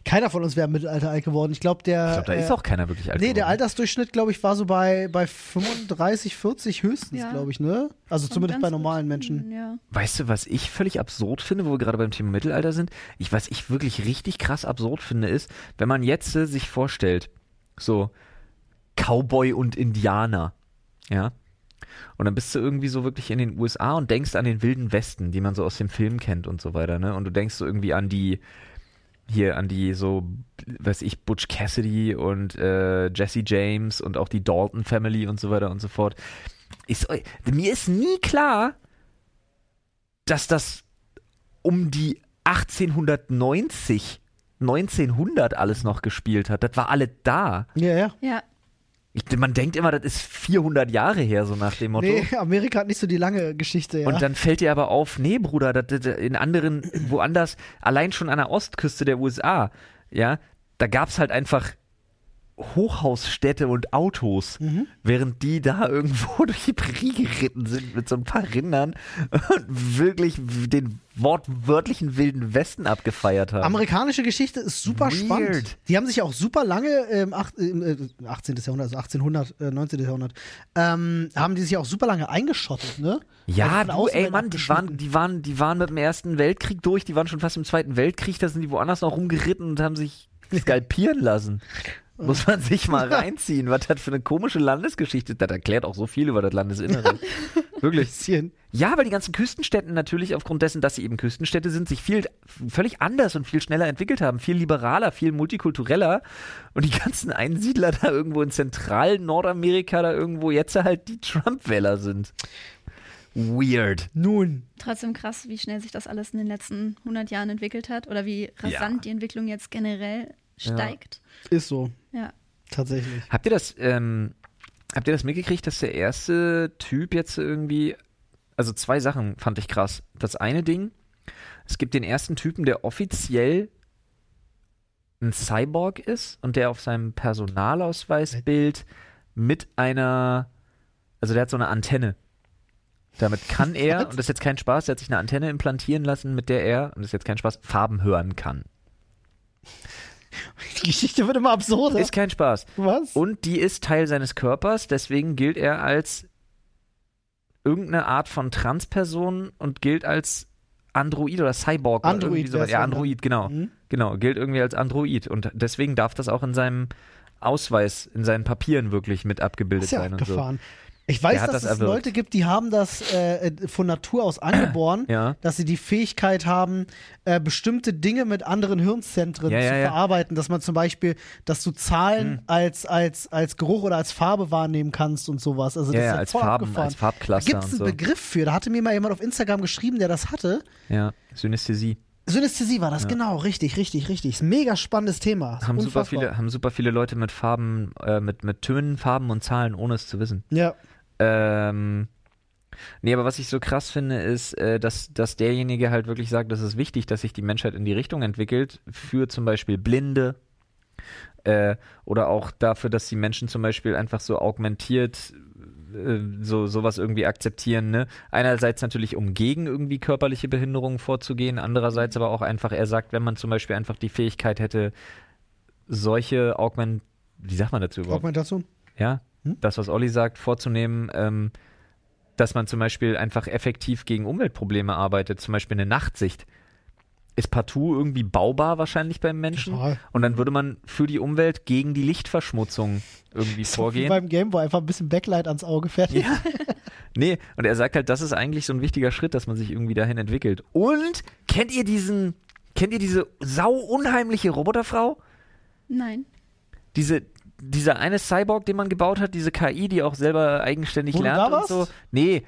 B: Keiner von uns wäre im Mittelalter alt geworden. Ich glaube, der.
A: Ich glaube, da
B: äh,
A: ist auch keiner wirklich alt.
B: Nee, der
A: geworden.
B: Altersdurchschnitt, glaube ich, war so bei, bei 35, 40 höchstens,
C: Ja.
B: glaube ich, ne? Also
C: Kommt
B: zumindest
C: ganz
B: bei
C: gut
B: normalen
C: hin,
B: Menschen.
C: Ja.
A: Weißt du, was ich völlig absurd finde, wo wir gerade beim Thema Mittelalter sind? Ich, was ich wirklich richtig krass absurd finde, ist, wenn man jetzt äh, sich vorstellt, so Cowboy und Indianer, ja? Und dann bist du irgendwie so wirklich in den USA und denkst an den wilden Westen, die man so aus dem Film kennt und so weiter, ne? Und du denkst so irgendwie an die, hier an die so, weiß ich, Butch Cassidy und äh, Jesse James und auch die Dalton Family und so weiter und so fort. Ist, eu- mir ist nie klar, dass das um die 1890, 1900 alles noch gespielt hat. Das war alle da.
B: Ja, ja.
C: ja.
A: Ich, man denkt immer, das ist 400 Jahre her, so nach dem Motto.
B: Nee, Amerika hat nicht so die lange Geschichte, ja.
A: Und dann fällt dir aber auf, nee, Bruder, das, das, das- in anderen, woanders, allein schon an der Ostküste der USA, ja, da gab es halt einfach Hochhausstädte und Autos, während die da irgendwo durch die Prärie geritten sind mit so ein paar Rindern und wirklich den wortwörtlichen wilden Westen abgefeiert haben.
B: Amerikanische Geschichte ist super
A: Weird.
B: spannend. Die haben sich ja auch super lange im ach- im, äh, 18. Jahrhundert, also 1800, äh, 19. Jahrhundert, ähm, haben die sich auch super lange eingeschottet, ne?
A: Ja,
B: Weil von
A: du,
B: außen
A: ey,
B: werden
A: Mann, die
B: abgeschnitten.
A: waren, die, waren, die waren mit dem Ersten Weltkrieg durch, die waren schon fast im Zweiten Weltkrieg, da sind die woanders noch rumgeritten und haben sich skalpieren lassen. Muss man sich mal reinziehen, was das für eine komische Landesgeschichte ist. Das erklärt auch so viel über das Landesinnere. Wirklich.
B: bisschen.
A: Ja, weil die ganzen Küstenstädten natürlich aufgrund dessen, dass sie eben Küstenstädte sind, sich viel völlig anders und viel schneller entwickelt haben, viel liberaler, viel multikultureller und die ganzen Einsiedler da irgendwo in zentralen Nordamerika da irgendwo jetzt halt die Trump-Wähler sind. Weird.
B: Nun,
C: Trotzdem krass, wie schnell sich das alles in den letzten 100 Jahren entwickelt hat oder wie rasant
A: Ja.
C: die Entwicklung jetzt generell steigt.
B: ist so,
C: Ja.
B: tatsächlich.
A: Habt ihr das, ähm, habt ihr das mitgekriegt, dass der erste Typ jetzt irgendwie, also zwei Sachen fand ich krass. Das eine Ding, es gibt den ersten Typen, der offiziell ein Cyborg ist und der auf seinem Personalausweisbild mit einer, also der hat so eine Antenne. Damit kann er, und das ist jetzt kein Spaß, der hat sich eine Antenne implantieren lassen, mit der er, und das ist jetzt kein Spaß, Farben hören kann.
B: Die Geschichte wird immer absurder.
A: Ist kein Spaß.
B: Was?
A: Und die ist Teil seines Körpers, deswegen gilt er als irgendeine Art von Transperson und gilt als Android oder Cyborg
B: Android
A: oder irgendwie sowas.
B: wär's
A: Ja,
B: dann, ne?
A: Android, genau.
B: Mhm.
A: Genau, gilt irgendwie als Android. Und deswegen darf das auch in seinem Ausweis, in seinen Papieren wirklich mit abgebildet
B: ist ja
A: sein und so.
B: abgefahren. Ich
A: Der
B: weiß,
A: hat das
B: dass es
A: erwirkt.
B: Leute gibt, die haben das äh, äh, von Natur aus angeboren,
A: Ja.
B: dass sie die Fähigkeit haben, äh, bestimmte Dinge mit anderen Hirnzentren
A: Ja,
B: zu
A: ja, Hm. ja.
B: verarbeiten. Dass man zum Beispiel, dass du Zahlen als, als, als Geruch oder als Farbe wahrnehmen kannst und sowas. Also das
A: Ja,
B: ist
A: ja,
B: ja
A: als
B: voll
A: Farben,
B: abgefahren.
A: als Farbcluster
B: Gibt es einen
A: und so.
B: Begriff für? Da hatte mir mal jemand auf Instagram geschrieben, der das hatte.
A: Ja, Synästhesie.
B: Synästhesie war das, genau, richtig, richtig, richtig. Ist ein mega spannendes Thema. Ist
A: Haben super,
B: unfassbar.
A: viele, haben super viele Leute mit Farben, äh, mit, mit Tönen, Farben und Zahlen, ohne es zu wissen.
B: Ja.
A: Ähm, nee, aber was ich so krass finde, ist, äh, dass, dass derjenige halt wirklich sagt, das ist wichtig, dass sich die Menschheit in die Richtung entwickelt, für zum Beispiel Blinde äh, oder auch dafür, dass die Menschen zum Beispiel einfach so augmentiert äh, so sowas irgendwie akzeptieren, ne? Einerseits natürlich, um gegen irgendwie körperliche Behinderungen vorzugehen, andererseits aber auch einfach, er sagt, wenn man zum Beispiel einfach die Fähigkeit hätte, solche Augment... Wie sagt man dazu überhaupt?
B: Augmentation?
A: ja,
B: Hm?
A: das, was Olli sagt, vorzunehmen, ähm, dass man zum Beispiel einfach effektiv gegen Umweltprobleme arbeitet, zum Beispiel eine Nachtsicht. Ist partout irgendwie baubar wahrscheinlich beim Menschen.
B: Total.
A: Und dann würde man für die Umwelt gegen die Lichtverschmutzung irgendwie
B: Wie
A: vorgehen.
B: beim Gameboy einfach ein bisschen Backlight ans Auge fertig.
A: Ja. Nee, und er sagt halt, das ist eigentlich so ein wichtiger Schritt, dass man sich irgendwie dahin entwickelt. Und kennt ihr diesen, kennt ihr diese sau unheimliche Roboterfrau?
C: Nein.
A: diese, dieser eine Cyborg, den man gebaut hat, diese KI, die auch selber eigenständig
B: Wo du
A: lernt
B: da
A: und
B: warst?
A: so. Nee,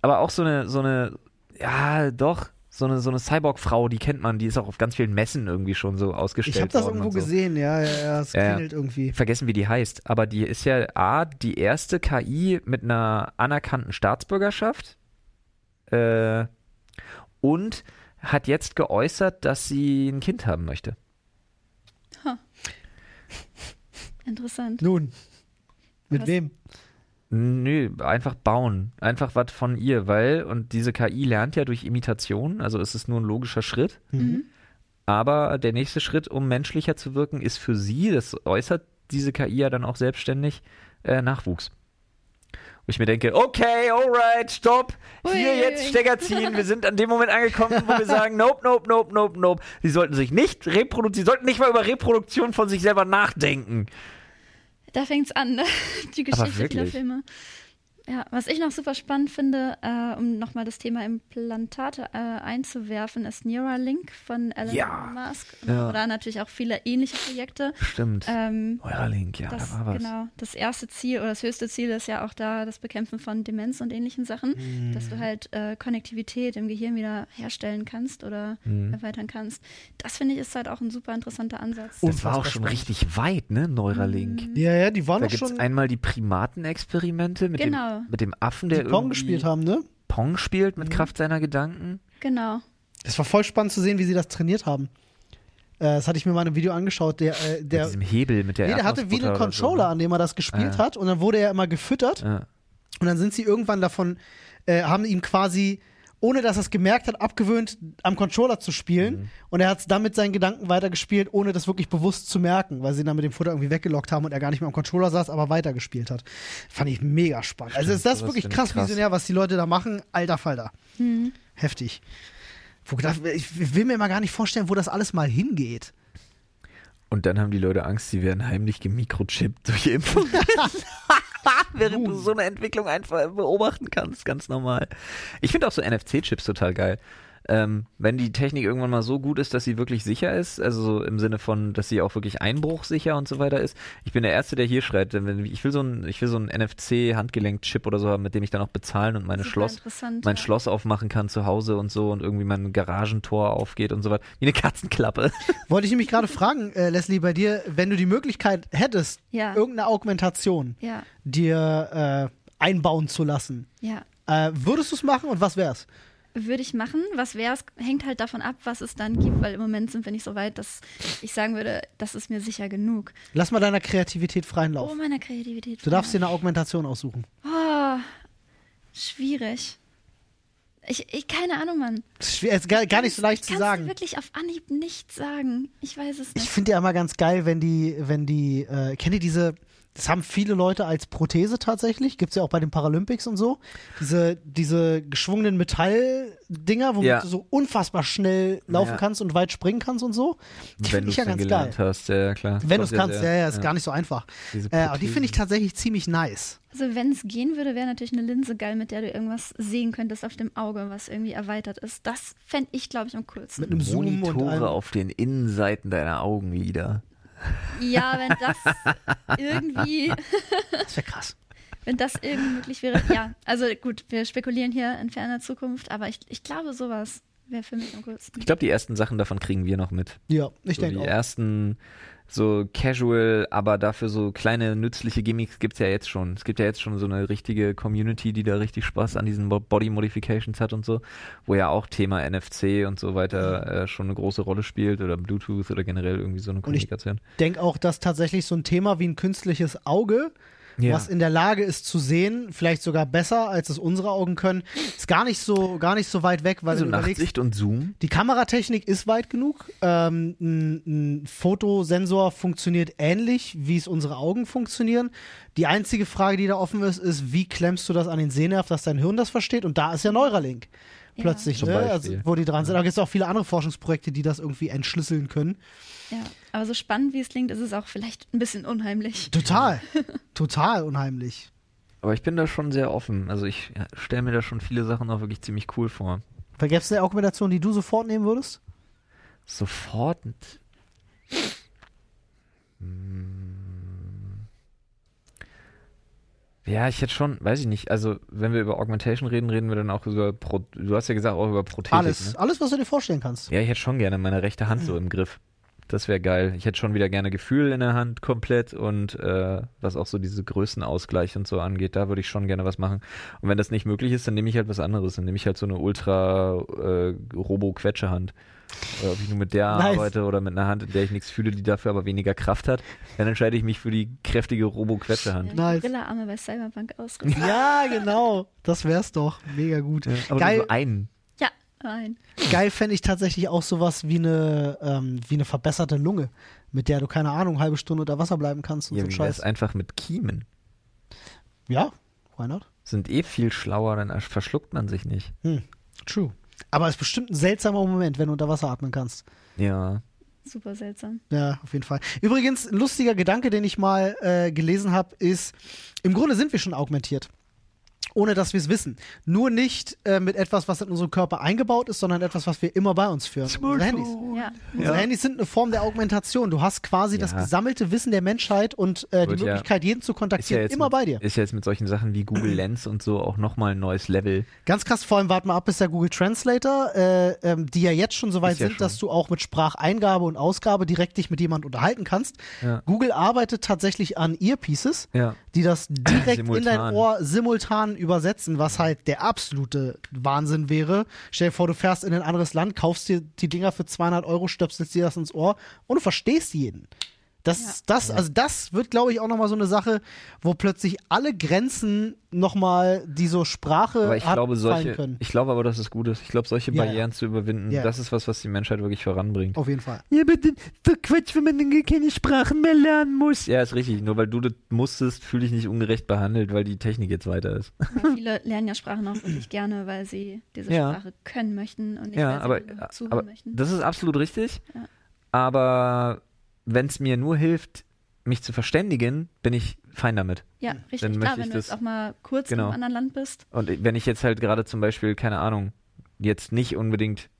A: aber auch so eine, so eine, ja, doch, so eine, so eine Cyborg-Frau, die kennt man, die ist auch auf ganz vielen Messen irgendwie schon so ausgestellt.
B: Ich habe das
A: worden
B: irgendwo
A: und so.
B: gesehen, ja, ja, ja, es
A: Ja, ja.
B: klingelt irgendwie.
A: Vergessen, wie die heißt, aber die ist ja A, die erste KI mit einer anerkannten Staatsbürgerschaft äh, und hat jetzt geäußert, dass sie ein Kind haben möchte.
C: Interessant.
B: Nun, mit
C: Was?
B: wem?
A: Nö, einfach bauen. Einfach was von
C: Hm. Mhm.
A: ihr, weil, und diese KI lernt ja durch Imitation, also es ist nur ein logischer Schritt. Aber der nächste Schritt, um menschlicher zu wirken, ist für sie, das äußert diese KI ja dann auch selbstständig, äh, Nachwuchs. Wo ich mir denke, okay, alright, stopp, hier
C: Ui.
A: jetzt Stecker ziehen. Wir sind an dem Moment angekommen, wo wir sagen, nope, nope, nope, nope, nope. Sie sollten sich nicht reproduzieren, sie sollten nicht mal über Reproduktion von sich selber nachdenken.
C: Da fängt's an, ne? die
A: Aber
C: Geschichte vieler
A: wirklich?
C: Filme. Ja, was ich noch super spannend finde, äh, um nochmal das Thema Implantate äh, einzuwerfen, ist Neuralink von Elon
A: Ja.
C: Musk.
A: Ja.
C: Oder natürlich auch viele ähnliche Projekte.
A: Stimmt.
C: Ähm,
A: Euer Äh, Link, ja,
C: das,
A: da war was.
C: Genau, das erste Ziel oder das höchste Ziel ist ja auch da das Bekämpfen von Demenz und ähnlichen Sachen, dass
A: Mhm.
C: du halt äh, Konnektivität im Gehirn wieder herstellen kannst oder
A: Mhm.
C: erweitern kannst. Das finde ich ist halt auch ein super interessanter Ansatz.
B: Oh.
A: Das war auch
B: Unfassbar
A: schon
B: spannend.
A: richtig weit, ne? Neuralink.
B: Ja, ja, die waren
A: Da
B: doch
A: gibt es
B: schon,
A: einmal die Primatenexperimente mit,
C: Genau.
A: dem, mit dem Affen,
B: die
A: der
B: Pong gespielt haben, ne?
A: Pong spielt mit Kraft seiner Gedanken.
C: Genau.
B: Das war voll spannend zu sehen, wie sie das trainiert haben. Äh, das hatte ich mir mal in einem Video angeschaut, der, äh,
A: mit
B: der,
A: diesem Hebel, mit der
B: nee, der hatte wie einen
A: Erdnussbutter oder
B: Controller, an dem er das gespielt
A: Ah.
B: hat und dann wurde er immer gefüttert
A: So. Ja.
B: und dann sind sie irgendwann davon, äh, haben ihm quasi, ohne dass er es gemerkt hat, abgewöhnt, am Controller zu spielen
A: Mhm.
B: und er hat es damit seinen Gedanken weitergespielt, ohne das wirklich bewusst zu merken, weil sie ihn dann mit dem Futter irgendwie weggelockt haben und er gar nicht mehr am Controller saß, aber weitergespielt hat. Fand ich mega spannend. also ist das
A: sowas
B: wirklich
A: finde ich
B: krass,
A: krass.
B: visionär, was die Leute da machen. Alter Falter. Heftig. Wo gedacht, ich will mir mal gar nicht vorstellen, wo das alles mal hingeht.
A: Und dann haben die Leute Angst, sie werden heimlich gemikrochippt durch Impfung. Während du so eine Entwicklung einfach beobachten kannst, ganz normal. Ich finde auch so NFC-Chips total geil. Ähm, wenn die Technik irgendwann mal so gut ist, dass sie wirklich sicher ist, also so im Sinne von, dass sie auch wirklich einbruchsicher und so weiter ist. Ich bin der Erste, der hier schreit, denn wenn- ich will so einen, ich will so einen NFC-Handgelenk-Chip oder so haben, mit dem ich dann auch bezahlen und meine
C: Super
A: Schloss,
C: interessant,
A: mein
C: ja.
A: Schloss aufmachen kann zu Hause und so und irgendwie mein Garagentor aufgeht und so weiter. Wie eine Katzenklappe.
B: Wollte ich nämlich gerade fragen, äh, Leslie, bei dir, wenn du die Möglichkeit hättest,
C: Ja.
B: irgendeine Augmentation
C: Ja,
B: dir äh, einbauen zu lassen,
C: ja.
B: äh, würdest du es machen und was wär's?
C: Würde ich machen. Was wäre es? Hängt halt davon ab, was es dann gibt, weil im Moment sind wir nicht so weit, dass ich sagen würde, das ist mir sicher genug.
B: Lass mal deiner Kreativität freien Lauf.
C: Oh, meiner Kreativität.
B: du darfst dir eine Augmentation aussuchen.
C: Oh, schwierig. Ich, ich, keine Ahnung, Mann.
B: Das ist schwer- ist gar, gar nicht so leicht
C: ich
B: zu
C: kann's dir
B: sagen.
C: wirklich auf Anhieb nicht sagen. Ich weiß es
B: Ich
C: nicht.
B: finde ja immer ganz geil, wenn die, wenn die, äh, kennt ihr diese, das haben viele Leute als Prothese tatsächlich, gibt's ja auch bei den Paralympics und so, diese, diese geschwungenen Metalldinger, womit
A: Ja.
B: du so unfassbar schnell laufen
A: Ja.
B: kannst und weit springen kannst und so. Die
A: wenn
B: finde
A: du
B: ich
A: es
B: ja
A: dann
B: ganz geil.
A: gelernt hast, ja ja, klar.
B: Wenn du
A: Kommt
B: es kannst, ja,
A: sehr-
B: ja, ist gar nicht so einfach.
A: Diese
B: Äh, aber die finde ich
A: Prothesen.
B: tatsächlich ziemlich nice.
C: Also, wenn es gehen würde, wäre natürlich eine Linse geil, mit der du irgendwas sehen könntest auf dem Auge, was irgendwie erweitert ist. Das fände ich, glaube ich, am coolsten.
B: Mit einem Zoom und allem.
A: Monitore auf den Innenseiten deiner Augenlider.
C: Ja, wenn das irgendwie
B: Das wäre krass.
C: Wenn das irgendwie möglich wäre. Ja, also gut, wir spekulieren hier in ferner Zukunft, aber ich, ich glaube, sowas wäre für mich am
A: Ich
C: coolsten.
A: glaube, die ersten Sachen davon kriegen wir noch mit.
B: Ja, ich
A: So die
B: denke auch.
A: ersten so casual, aber dafür so kleine nützliche Gimmicks gibt's ja jetzt schon. Es gibt ja jetzt schon so eine richtige Community, die da richtig Spaß an diesen Bo- Body Modifications hat und so, wo ja auch Thema NFC und so weiter äh, schon eine große Rolle spielt oder Bluetooth oder generell irgendwie so eine
B: Und ich-
A: Kommunikation.
B: Denk auch, dass tatsächlich so ein Thema wie ein künstliches Auge,
A: Ja.
B: was in der Lage ist zu sehen, vielleicht sogar besser, als es unsere Augen können, ist gar nicht so, gar nicht so weit weg, weil
A: Also
B: du überlegst,
A: Nachtsicht und Zoom.
B: die Kameratechnik ist weit genug. Ähm, ein, ein Fotosensor funktioniert ähnlich, wie es unsere Augen funktionieren. Die einzige Frage, die da offen ist, ist, wie klemmst du das an den Sehnerv, dass dein Hirn das versteht? Und da ist ja Neuralink. Plötzlich,
A: Zum
B: ne?
A: Beispiel.
B: also, wo die dran sind. Da gibt es auch viele andere Forschungsprojekte, die das irgendwie entschlüsseln können.
C: Ja, aber so spannend wie es klingt, ist es auch vielleicht ein bisschen unheimlich.
B: Total, total unheimlich.
A: Aber ich bin da schon sehr offen. Also ich stelle mir da schon viele Sachen auch wirklich ziemlich cool vor.
B: Weil gäbe es eine Augmentation, die du sofort nehmen würdest?
A: Sofort. hm. Ja, ich hätte schon, weiß ich nicht, also wenn wir über Augmentation reden, reden wir dann auch über, Pro du hast ja gesagt, auch über Prothetik.
B: Alles,
A: Ne?
B: alles, was du dir vorstellen kannst.
A: Ja, ich hätte schon gerne meine rechte Hand
B: Mhm.
A: so im Griff. Das wäre geil. Ich hätte schon wieder gerne Gefühl in der Hand komplett und äh, was auch so diese Größenausgleich und so angeht, da würde ich schon gerne was machen. Und wenn das nicht möglich ist, dann nehme ich halt was anderes. Dann nehme ich halt so eine ultra äh, Robo-Quetschehand. Oder ob ich nur mit der
B: Nice.
A: arbeite oder mit einer Hand, in der ich nichts fühle, die dafür aber weniger Kraft hat, dann entscheide ich mich für die kräftige Robo-Quetschehand.
C: Ja,
B: Nice.
C: Brillarme bei Cyberpunk ausrüsten.
B: Ja, genau. Das wär's doch. Mega gut.
A: Aber
B: Geil.
A: nur so einen.
C: Ja, Nein.
B: Geil fände ich tatsächlich auch sowas wie eine, ähm, wie eine verbesserte Lunge, mit der du, keine Ahnung, halbe Stunde unter Wasser bleiben kannst und
A: Ja,
B: so ein
A: wie wär's
B: Scheiß.
A: einfach mit Kiemen?
B: Ja, why not?
A: Sind eh viel schlauer, dann verschluckt man sich nicht.
B: Hm. True. Aber es ist bestimmt ein seltsamer Moment, wenn du unter Wasser atmen kannst.
A: Ja.
C: Super seltsam.
B: Ja, auf jeden Fall. Übrigens, ein lustiger Gedanke, den ich mal äh, gelesen habe, ist, im Grunde sind wir schon augmentiert. Ohne dass wir es wissen. Nur nicht äh, mit etwas, was in unseren Körper eingebaut ist, sondern etwas, was wir immer bei uns führen. Unsere Handys.
C: Ja.
B: Unsere Handys sind eine Form der Augmentation. Du hast quasi das
A: Ja.
B: gesammelte Wissen der Menschheit und äh, die
A: Gut, ja.
B: Möglichkeit, jeden zu kontaktieren, immer
A: mit,
B: bei dir.
A: Ist ja jetzt mit solchen Sachen wie Google Lens und so auch nochmal ein neues Level.
B: Ganz krass, vor allem warten wir ab, bis der Google Translator, äh, ähm, die ja jetzt schon so weit
A: Ist ja
B: sind,
A: schon.
B: dass du auch mit Spracheingabe und Ausgabe direkt dich mit jemand unterhalten kannst.
A: Ja.
B: Google arbeitet tatsächlich an Earpieces,
A: Ja.
B: die das direkt in dein
A: Simultan.
B: Ohr simultan übersetzen, was halt der absolute Wahnsinn wäre. Stell dir vor, du fährst in ein anderes Land, kaufst dir die Dinger für 200 Euro, stöpselst dir das ins Ohr und du verstehst jeden. Das,
C: Ja.
B: das, also das wird, glaube ich, auch nochmal so eine Sache, wo plötzlich alle Grenzen nochmal, die so Sprache
A: Aber ich
B: hat,
A: glaube,
B: fallen
A: solche,
B: können.
A: ich glaube aber, dass es gut ist. Ich glaube, solche
B: Ja, ja.
A: Barrieren zu überwinden,
B: Ja, ja.
A: das ist was, was die Menschheit wirklich voranbringt.
B: Auf jeden Fall.
A: Oh. Ja, aber dann so Quatsch, wenn man dann gar keine Sprachen mehr lernen muss. Ja, ist richtig. Nur weil du das musstest, fühle ich nicht ungerecht behandelt, weil die Technik jetzt weiter ist.
C: Ja, Viele lernen ja Sprachen auch wirklich gerne, weil sie diese
A: Ja.
C: Sprache können möchten und nicht,
A: ja, aber, äh,
C: weil sie nur zuhören
A: aber
C: möchten.
A: das ist absolut richtig.
C: Ja.
A: Aber wenn es mir nur hilft, mich zu verständigen, bin ich fein damit.
C: Ja, richtig.
A: dann
C: Klar,
A: möchte
C: wenn
A: ich
C: du jetzt
A: das-
C: auch mal kurz
A: Genau.
C: in einem anderen Land bist.
A: Und wenn ich jetzt halt gerade zum Beispiel, keine Ahnung, jetzt nicht unbedingt,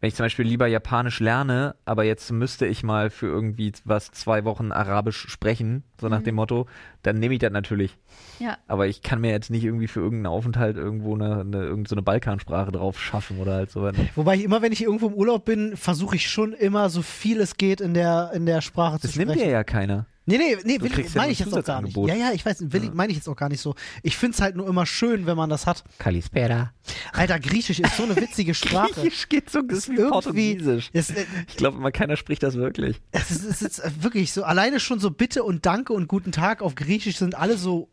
A: wenn ich zum Beispiel lieber Japanisch lerne, aber jetzt müsste ich mal für irgendwie was zwei Wochen Arabisch sprechen, so nach dem Motto, dann nehme ich das natürlich.
C: Ja,
A: Aber ich kann mir jetzt nicht irgendwie für irgendeinen Aufenthalt irgendwo eine, eine, irgend so eine Balkansprache drauf schaffen oder halt so weiter.
B: Wobei ich immer, wenn ich irgendwo im Urlaub bin, versuche ich schon immer, so viel es geht, in der, in der Sprache zu
A: Das
B: sprechen.
A: nimmt dir ja keiner.
B: Nee, nee, nee, will,
A: kriegst ja
B: meine
A: nur
B: ich jetzt auch gar nicht.
A: Zusatzangebot.
B: Ja, ja, ich weiß, will, meine ich jetzt auch gar nicht so. Ich finde es halt nur immer schön, wenn man das hat.
A: Kalispera.
B: Alter, Griechisch ist so eine witzige Sprache.
A: Griechisch geht so ist wie
B: Irgendwie-
A: Portugiesisch.
B: Es, äh,
A: Ich glaube immer, keiner spricht das wirklich.
B: es, ist, es ist wirklich so, alleine schon so Bitte und Danke und Guten Tag auf Griechisch sind alle so,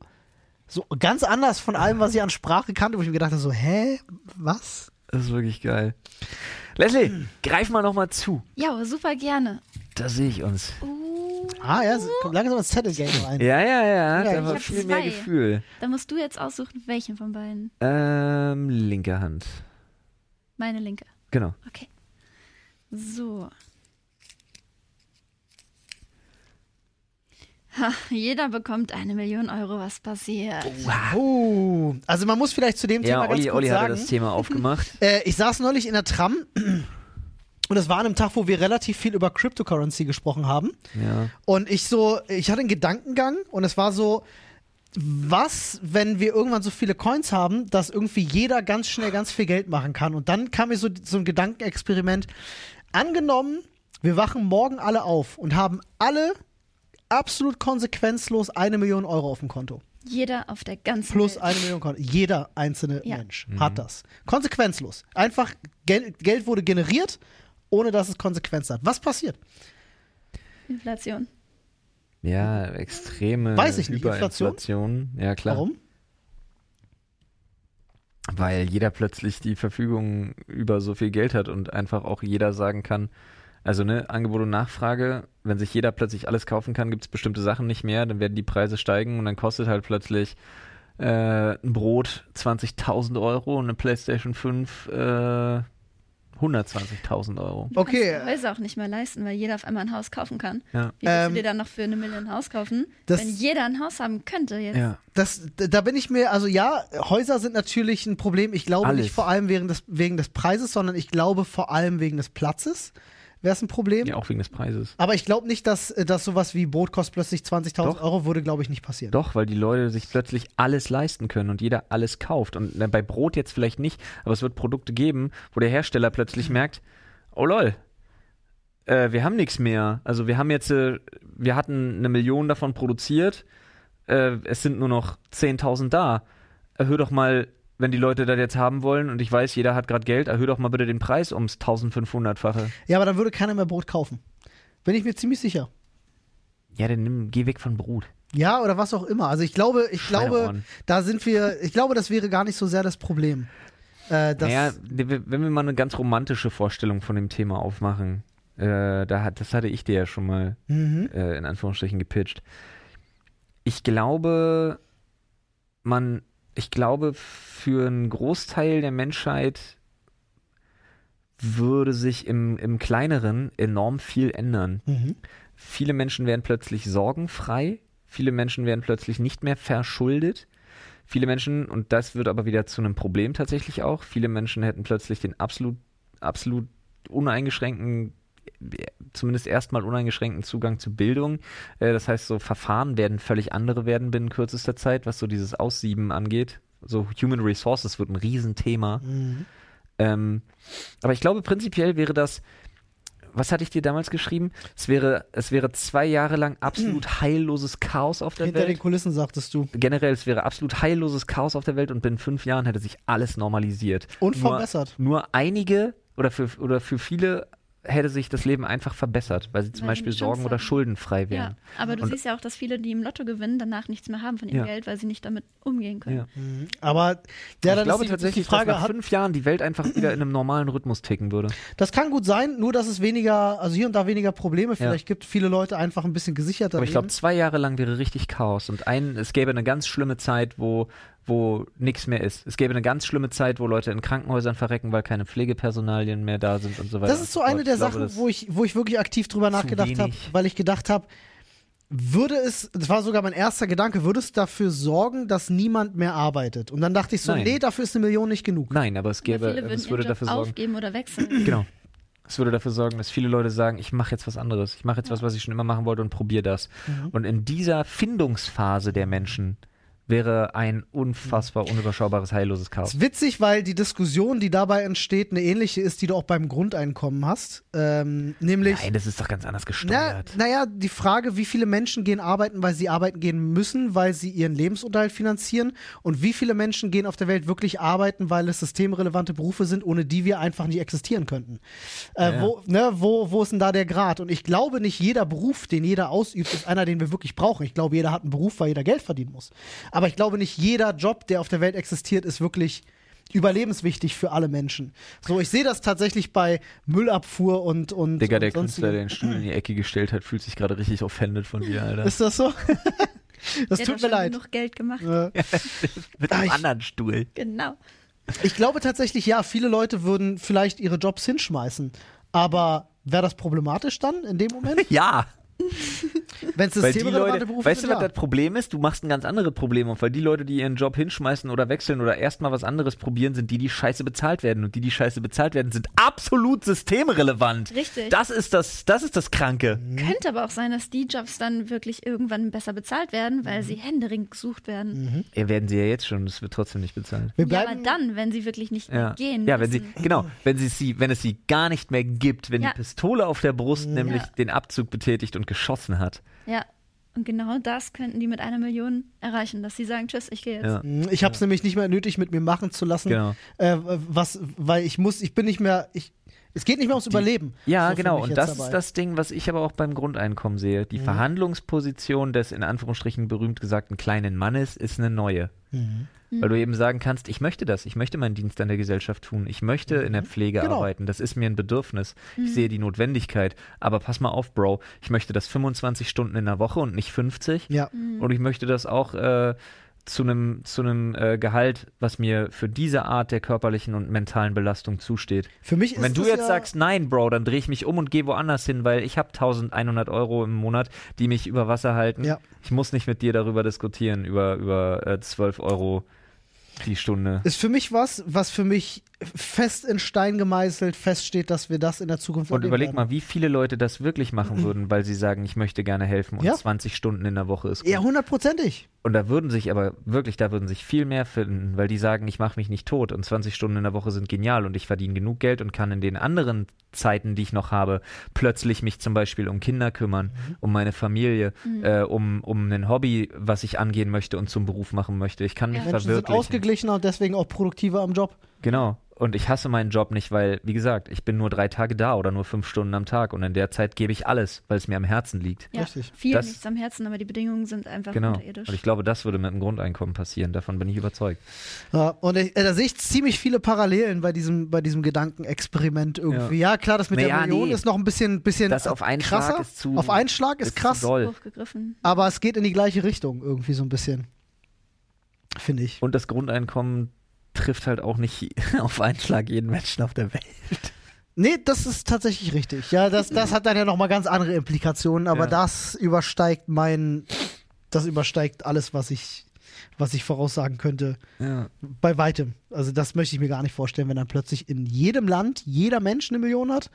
B: so ganz anders von allem, was ich an Sprache kannte, wo ich mir gedacht habe, so, hä, was?
A: Das ist wirklich geil. Leslie, greif mal nochmal zu.
C: ja aber super gerne.
A: Da sehe ich uns.
C: Uh,
B: Ah ja, es kommt langsam ins Zettel-Game rein.
A: Ja, ja, ja.
B: Ja,
A: Da
B: ich
A: war
C: hab
A: viel mehr
C: zwei.
A: Gefühl.
C: dann musst du jetzt aussuchen, welchen von beiden.
A: Ähm, linke Hand.
C: Meine linke.
A: Genau.
C: Okay. So. Ha, jeder bekommt eine Million Euro, was passiert.
B: Oh, also man muss vielleicht zu dem Thema
A: Ja,
B: ganz
A: Olli,
B: kurz
A: Olli hatte
B: sagen.
A: das Thema aufgemacht.
B: Äh, ich saß neulich in der Tram und das war an einem Tag, wo wir relativ viel über Cryptocurrency gesprochen haben.
A: Ja.
B: Und ich so, ich hatte einen Gedankengang und es war so, was, wenn wir irgendwann so viele Coins haben, dass irgendwie jeder ganz schnell ganz viel Geld machen kann? Und dann kam mir so, so ein Gedankenexperiment. Angenommen, wir wachen morgen alle auf und haben alle absolut konsequenzlos eine Million Euro auf dem Konto.
C: Jeder auf der ganzen
B: Plus
C: Welt.
B: eine Million Konto. Jeder einzelne
C: Ja.
B: Mensch
A: Mhm.
B: hat das. Konsequenzlos. Einfach Gel Geld wurde generiert, ohne dass es Konsequenzen hat. Was passiert?
C: Inflation.
A: Ja, extreme
B: Weiß ich nicht,
A: Hyperinflation. Ja, klar.
B: Warum?
A: Weil jeder plötzlich die Verfügung über so viel Geld hat und einfach auch jeder sagen kann, also ne, Angebot und Nachfrage, wenn sich jeder plötzlich alles kaufen kann, gibt es bestimmte Sachen nicht mehr, dann werden die Preise steigen und dann kostet halt plötzlich äh, ein Brot 20.000 Euro und eine Playstation 5 äh, 120.000 Euro.
B: Okay. äh,
C: Kannst du Häuser auch nicht mehr leisten, weil jeder auf einmal ein Haus kaufen kann.
A: Ja.
C: Wie willst
B: Ähm,
C: du dir dann noch für eine Million ein Haus kaufen,
B: das-
C: wenn jeder ein Haus haben könnte jetzt?
A: Ja.
B: Das, d- da bin ich mir, also ja, Häuser sind natürlich ein Problem. Ich glaube
A: Alles.
B: nicht vor allem wegen des, wegen des Preises, sondern ich glaube vor allem wegen des Platzes wäre es ein Problem.
A: ja, auch wegen des Preises.
B: Aber ich glaube nicht, dass, äh, dass sowas wie Boot kostet plötzlich 20.000
A: Doch.
B: Euro, würde glaube ich nicht passieren.
A: Doch, weil die Leute sich plötzlich alles leisten können und jeder alles kauft. Und na, bei Brot jetzt vielleicht nicht, aber es wird Produkte geben, wo der Hersteller plötzlich merkt, oh lol, äh, wir haben nichts mehr. Also wir haben jetzt, äh, wir hatten eine Million davon produziert, äh, es sind nur noch 10.000 da. Erhöh doch mal, wenn die Leute das jetzt haben wollen und ich weiß, jeder hat gerade Geld, erhöh doch mal bitte den Preis ums 1500-fache.
B: Ja, aber dann würde keiner mehr Brot kaufen. Bin ich mir ziemlich sicher.
A: Ja, dann nimm, geh weg von Brot.
B: Ja, oder was auch immer. Also ich glaube, ich glaube,
A: Schweineohren.
B: da sind wir, ich glaube, das wäre gar nicht so sehr das Problem. Äh, das,
A: naja, wenn wir mal eine ganz romantische Vorstellung von dem Thema aufmachen, äh, da hat, das hatte ich dir ja schon mal
B: Mhm.
A: äh, in Anführungsstrichen gepitcht. Ich glaube, man, ich glaube, für einen Großteil der Menschheit würde sich im, im Kleineren enorm viel ändern.
B: Mhm.
A: Viele Menschen werden plötzlich sorgenfrei, viele Menschen werden plötzlich nicht mehr verschuldet. Viele Menschen, und das wird aber wieder zu einem Problem tatsächlich auch, viele Menschen hätten plötzlich den absolut, absolut uneingeschränkten, äh, zumindest erstmal uneingeschränkten Zugang zu Bildung. Äh, Das heißt, so Verfahren werden völlig andere werden binnen kürzester Zeit, was so dieses Aussieben angeht. So Human Resources wird ein Riesenthema.
B: Mhm.
A: Ähm, aber ich glaube, prinzipiell wäre das, was hatte ich dir damals geschrieben? Es wäre, es wäre zwei Jahre lang absolut heilloses Chaos auf der
B: Hm. Hinter den
A: Welt.
B: Kulissen sagtest du.
A: Generell, es wäre absolut heilloses Chaos auf der Welt und binnen fünf Jahren hätte sich alles normalisiert.
B: Und
A: Nur-
B: verbessert.
A: Nur einige oder für, oder für viele hätte sich das Leben einfach verbessert, weil sie zum
C: Weil sie
A: Beispiel
C: eine
A: sorgen-
C: Chance
A: oder
C: hatten.
A: schuldenfrei
C: Ja,
A: wären.
C: aber du
A: Und-
C: siehst ja auch, dass viele, die im Lotto gewinnen, danach nichts mehr haben von ihrem
A: Ja.
C: Geld, weil sie nicht damit umgehen können.
A: Ja.
B: Aber ja,
A: ich
B: dann
A: glaube
B: ist die,
A: tatsächlich,
B: die Frage,
A: dass nach
B: hat,
A: fünf Jahren die Welt einfach wieder in einem normalen Rhythmus ticken würde.
B: das kann gut sein, nur dass es weniger, also hier und da weniger Probleme vielleicht gibt, viele Leute einfach ein bisschen gesicherter
A: Aber ich glaube,
B: leben.
A: zwei Jahre lang wäre richtig Chaos. Und ein, es gäbe eine ganz schlimme Zeit, wo, wo nichts mehr ist. Es gäbe eine ganz schlimme Zeit, wo Leute in Krankenhäusern verrecken, weil keine Pflegepersonalien mehr da sind und so weiter.
B: Das ist so eine
A: Ich
B: der
A: glaube,
B: Sachen,
A: das-
B: wo ich, wo ich wirklich aktiv drüber nachgedacht habe,
A: wenig.
B: weil ich gedacht habe, würde es, das war sogar mein erster Gedanke, würde es dafür sorgen, dass niemand mehr arbeitet? Und dann dachte ich so,
A: Nein.
B: nee, dafür ist eine Million nicht genug.
A: Nein, aber es
C: Weil
A: gäbe,
C: viele würden
A: es
C: ihren
A: würde
C: Job
A: dafür sorgen.
C: aufgeben oder wechseln.
A: Genau. Es würde dafür sorgen, dass viele Leute sagen, ich mache jetzt was anderes. Ich mache jetzt was, was ich schon immer machen wollte und probiere das.
B: Mhm.
A: Und in dieser Findungsphase der Menschen wäre ein unfassbar unüberschaubares, heilloses Chaos.
B: Ist witzig, weil die Diskussion, die dabei entsteht, eine ähnliche ist, die du auch beim Grundeinkommen hast. Ähm, nämlich.
A: Nein, das ist doch ganz anders
B: Na,
A: gesteuert.
B: naja, die Frage, wie viele Menschen gehen arbeiten, weil sie arbeiten gehen müssen, weil sie ihren Lebensunterhalt finanzieren und wie viele Menschen gehen auf der Welt wirklich arbeiten, weil es systemrelevante Berufe sind, ohne die wir einfach nicht existieren könnten. Äh,
A: Ja.
B: Wo, ne, wo, wo ist denn da der Grad? Und ich glaube nicht, jeder Beruf, den jeder ausübt, ist einer, den wir wirklich brauchen. Ich glaube, jeder hat einen Beruf, weil jeder Geld verdienen muss. Aber ich glaube nicht, jeder Job, der auf der Welt existiert, ist wirklich überlebenswichtig für alle Menschen. So, ich sehe das tatsächlich bei Müllabfuhr und und
A: Digga,
B: und
A: der
B: sonstigen-
A: Künstler, der den Stuhl in die Ecke gestellt hat, fühlt sich gerade richtig offended von dir, Alter.
B: Ist das so? das
C: Der hat
B: tut
C: ja
B: mir
C: schon
B: leid.
C: genug Geld gemacht.
B: Äh,
A: Mit
B: Ah, ich-
A: anderen Stuhl.
C: Genau.
B: Ich glaube tatsächlich, ja, viele Leute würden vielleicht ihre Jobs hinschmeißen. Aber wäre das problematisch dann in dem Moment?
A: Ja,
B: Wenn es
A: weil die Leute,
B: systemrelevante Berufe
A: weißt du,
B: sind,
A: was
B: ja.
A: das Problem ist? Du machst ein ganz anderes Problem und weil die Leute, die ihren Job hinschmeißen oder wechseln oder erstmal was anderes probieren, sind die, die scheiße bezahlt werden und die, die scheiße bezahlt werden, sind absolut systemrelevant.
C: Richtig.
A: Das ist das, das ist das Kranke.
B: Mhm.
C: Könnte aber auch sein, dass die Jobs dann wirklich irgendwann besser bezahlt werden,
B: Mhm.
C: weil sie händeringend gesucht werden.
A: Ja, werden sie ja jetzt schon, es wird trotzdem nicht bezahlt.
B: Wir
C: Ja, aber
B: Mhm. bleiben,
C: dann, wenn sie wirklich nicht
A: Ja,
C: gehen
A: ja wenn sie,
C: müssen.
A: genau, wenn sie sie, wenn es sie gar nicht mehr gibt, wenn
C: Ja.
A: die Pistole auf der Brust nämlich
C: Ja.
A: den Abzug betätigt und geschossen hat.
C: Ja, und genau das könnten die mit einer Million erreichen, dass sie sagen, tschüss, ich gehe jetzt.
A: Ja.
B: Hm, ich habe es nämlich nicht mehr nötig, mit mir machen zu lassen,
A: Genau.
B: äh, was, weil ich muss, ich bin nicht mehr, ich, es geht nicht mehr ums Überleben.
A: Ja,
B: So für
A: genau.
B: mich
A: Und
B: jetzt
A: das
B: dabei. Mhm.
A: ist das Ding, was ich aber auch beim Grundeinkommen sehe. Die Verhandlungsposition des in Anführungsstrichen berühmt gesagten kleinen Mannes ist eine neue.
B: Mhm.
A: Weil du eben sagen kannst, ich möchte das, ich möchte meinen Dienst an der Gesellschaft tun, ich möchte in der Pflege
B: Genau.
A: arbeiten, das ist mir ein Bedürfnis, ich sehe die Notwendigkeit, aber pass mal auf, Bro, ich möchte das 25 Stunden in der Woche und nicht 50
B: Ja.
A: und ich möchte das auch äh, zu einem zu einem äh, Gehalt, was mir für diese Art der körperlichen und mentalen Belastung zusteht.
B: Für mich ist
A: Wenn du
B: das
A: jetzt
B: ja,
A: sagst, nein, Bro, dann drehe ich mich um und gehe woanders hin, weil ich habe 1100 Euro im Monat, die mich über Wasser halten.
B: Ja.
A: Ich muss nicht mit dir darüber diskutieren, über, über äh, 12 Euro die Stunde.
B: ist für mich was, was für mich fest in Stein gemeißelt feststeht, dass wir das in der Zukunft
A: Und
B: erleben
A: überleg
B: werden.
A: mal, wie viele Leute das wirklich machen würden, weil sie sagen, ich möchte gerne helfen und
B: Ja.
A: 20 Stunden in der Woche ist gut.
B: Ja, hundertprozentig.
A: Und da würden sich aber wirklich, da würden sich viel mehr finden, weil die sagen, ich mache mich nicht tot und 20 Stunden in der Woche sind genial und ich verdiene genug Geld und kann in den anderen Zeiten, die ich noch habe, plötzlich mich zum Beispiel um Kinder kümmern,
B: Mhm.
A: um meine Familie, äh, um, um ein Hobby, was ich angehen möchte und zum Beruf machen möchte. Ich kann mich
B: Menschen sind
A: verwirklichen.
B: ausgeglichener und deswegen auch produktiver am Job.
A: Genau. Und ich hasse meinen Job nicht, weil, wie gesagt, ich bin nur drei Tage da oder nur fünf Stunden am Tag und in der Zeit gebe ich alles, weil es mir am Herzen liegt.
C: Ja,
B: Richtig.
C: viel
A: Das-
C: nichts am Herzen, aber die Bedingungen sind einfach
A: Genau.
C: unterirdisch.
A: Und ich glaube, das würde mit dem Grundeinkommen passieren. Davon bin ich überzeugt.
B: Ja, und ich, äh, da sehe ich ziemlich viele Parallelen bei diesem, bei diesem Gedankenexperiment irgendwie. Ja, klar, das mit
A: Nee,
B: der
A: ja,
B: Million
A: nee.
B: ist noch ein bisschen, bisschen
A: Das auf einen Schlag
B: krasser.
A: ist zu-
B: auf einen Schlag ist
A: Ist zu
B: krass,
A: doll.
C: Hochgegriffen.
B: aber es geht in die gleiche Richtung irgendwie so ein bisschen. Finde ich.
A: Und das Grundeinkommen trifft halt auch nicht auf einen Schlag jeden Menschen auf der Welt.
B: Nee, das ist tatsächlich richtig. Ja, das, das hat dann ja nochmal ganz andere Implikationen, aber
A: Ja.
B: das übersteigt mein, das übersteigt alles, was ich, was ich voraussagen könnte.
A: Ja.
B: Bei weitem. Also das möchte ich mir gar nicht vorstellen, wenn dann plötzlich in jedem Land jeder Mensch eine Million hat.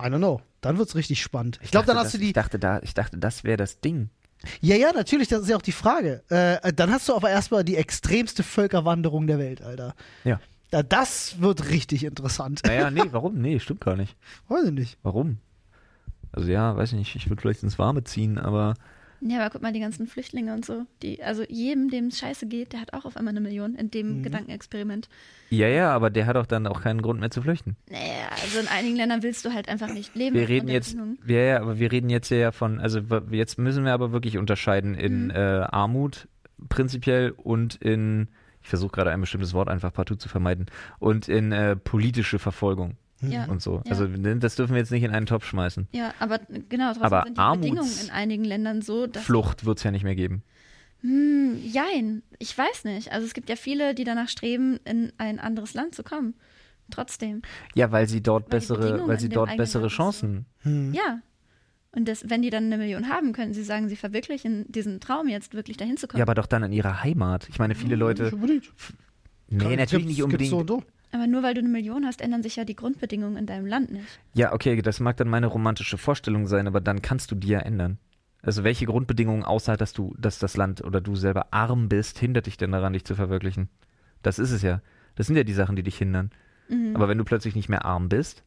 B: I don't know. Dann wird's richtig spannend. Ich glaube, dann hast
A: das,
B: du die.
A: Ich dachte, da, ich dachte das wäre das Ding.
B: Ja, ja, natürlich, das ist ja auch die Frage. Äh, dann hast du aber erstmal die extremste Völkerwanderung der Welt, Alter.
A: Ja. Äh.
B: Ja, das wird richtig interessant.
A: Naja, nee, warum? Nee, stimmt gar nicht.
B: Weiß ich nicht.
A: Warum? Also ja, weiß ich nicht, ich würde vielleicht ins Warme ziehen, aber
C: Ja, aber guck mal, die ganzen Flüchtlinge und so. Die, also jedem, dem es scheiße geht, der hat auch auf einmal eine Million in dem Gedankenexperiment.
A: ja, ja, aber der hat auch dann auch keinen Grund mehr zu flüchten.
C: Naja, also in einigen Ländern willst du halt einfach nicht leben.
A: Wir
C: aufgrund
A: reden
C: der
A: jetzt,
C: Bedingungen.
A: ja, ja, aber wir reden jetzt ja von, also w- jetzt müssen wir aber wirklich unterscheiden in
C: Mhm.
A: äh, Armut prinzipiell und in, ich versuche gerade ein bestimmtes Wort einfach partout zu vermeiden, und in äh, politische Verfolgung
C: Ja.
A: und so.
C: Ja.
A: Also ne, das dürfen wir jetzt nicht in einen Topf schmeißen.
C: Ja, aber genau, trotzdem
A: Aber
C: sind die
A: Armuts-
C: Bedingungen in einigen Ländern so, dass.
A: Flucht wird es ja nicht mehr geben.
C: Hm, jein, ich weiß nicht. Also es gibt ja viele, die danach streben, in ein anderes Land zu kommen. Trotzdem.
A: Ja, weil sie dort
C: Weil die
A: bessere,
C: Bedingungen
A: weil sie
C: in dem
A: dort
C: eigenen
A: bessere
C: Land so-
A: Chancen
B: Hm.
C: Ja. Und das, wenn die dann eine Million haben, können sie sagen, sie verwirklichen diesen Traum jetzt wirklich dahin zu kommen.
A: Ja,
C: Mhm.
A: aber doch dann in ihrer Heimat. Ich meine, viele Leute.
B: unbedingt.
A: Nee, natürlich nicht unbedingt.
B: So und so.
C: aber nur weil du eine Million hast, ändern sich ja die Grundbedingungen in deinem Land nicht.
A: Ja, okay, das mag dann meine romantische Vorstellung sein, aber dann kannst du die ja ändern. Also welche Grundbedingungen, außer dass du, dass das Land oder du selber arm bist, hindert dich denn daran, dich zu verwirklichen? Das ist es ja. Das sind ja die Sachen, die dich hindern. Aber wenn du plötzlich nicht mehr arm bist,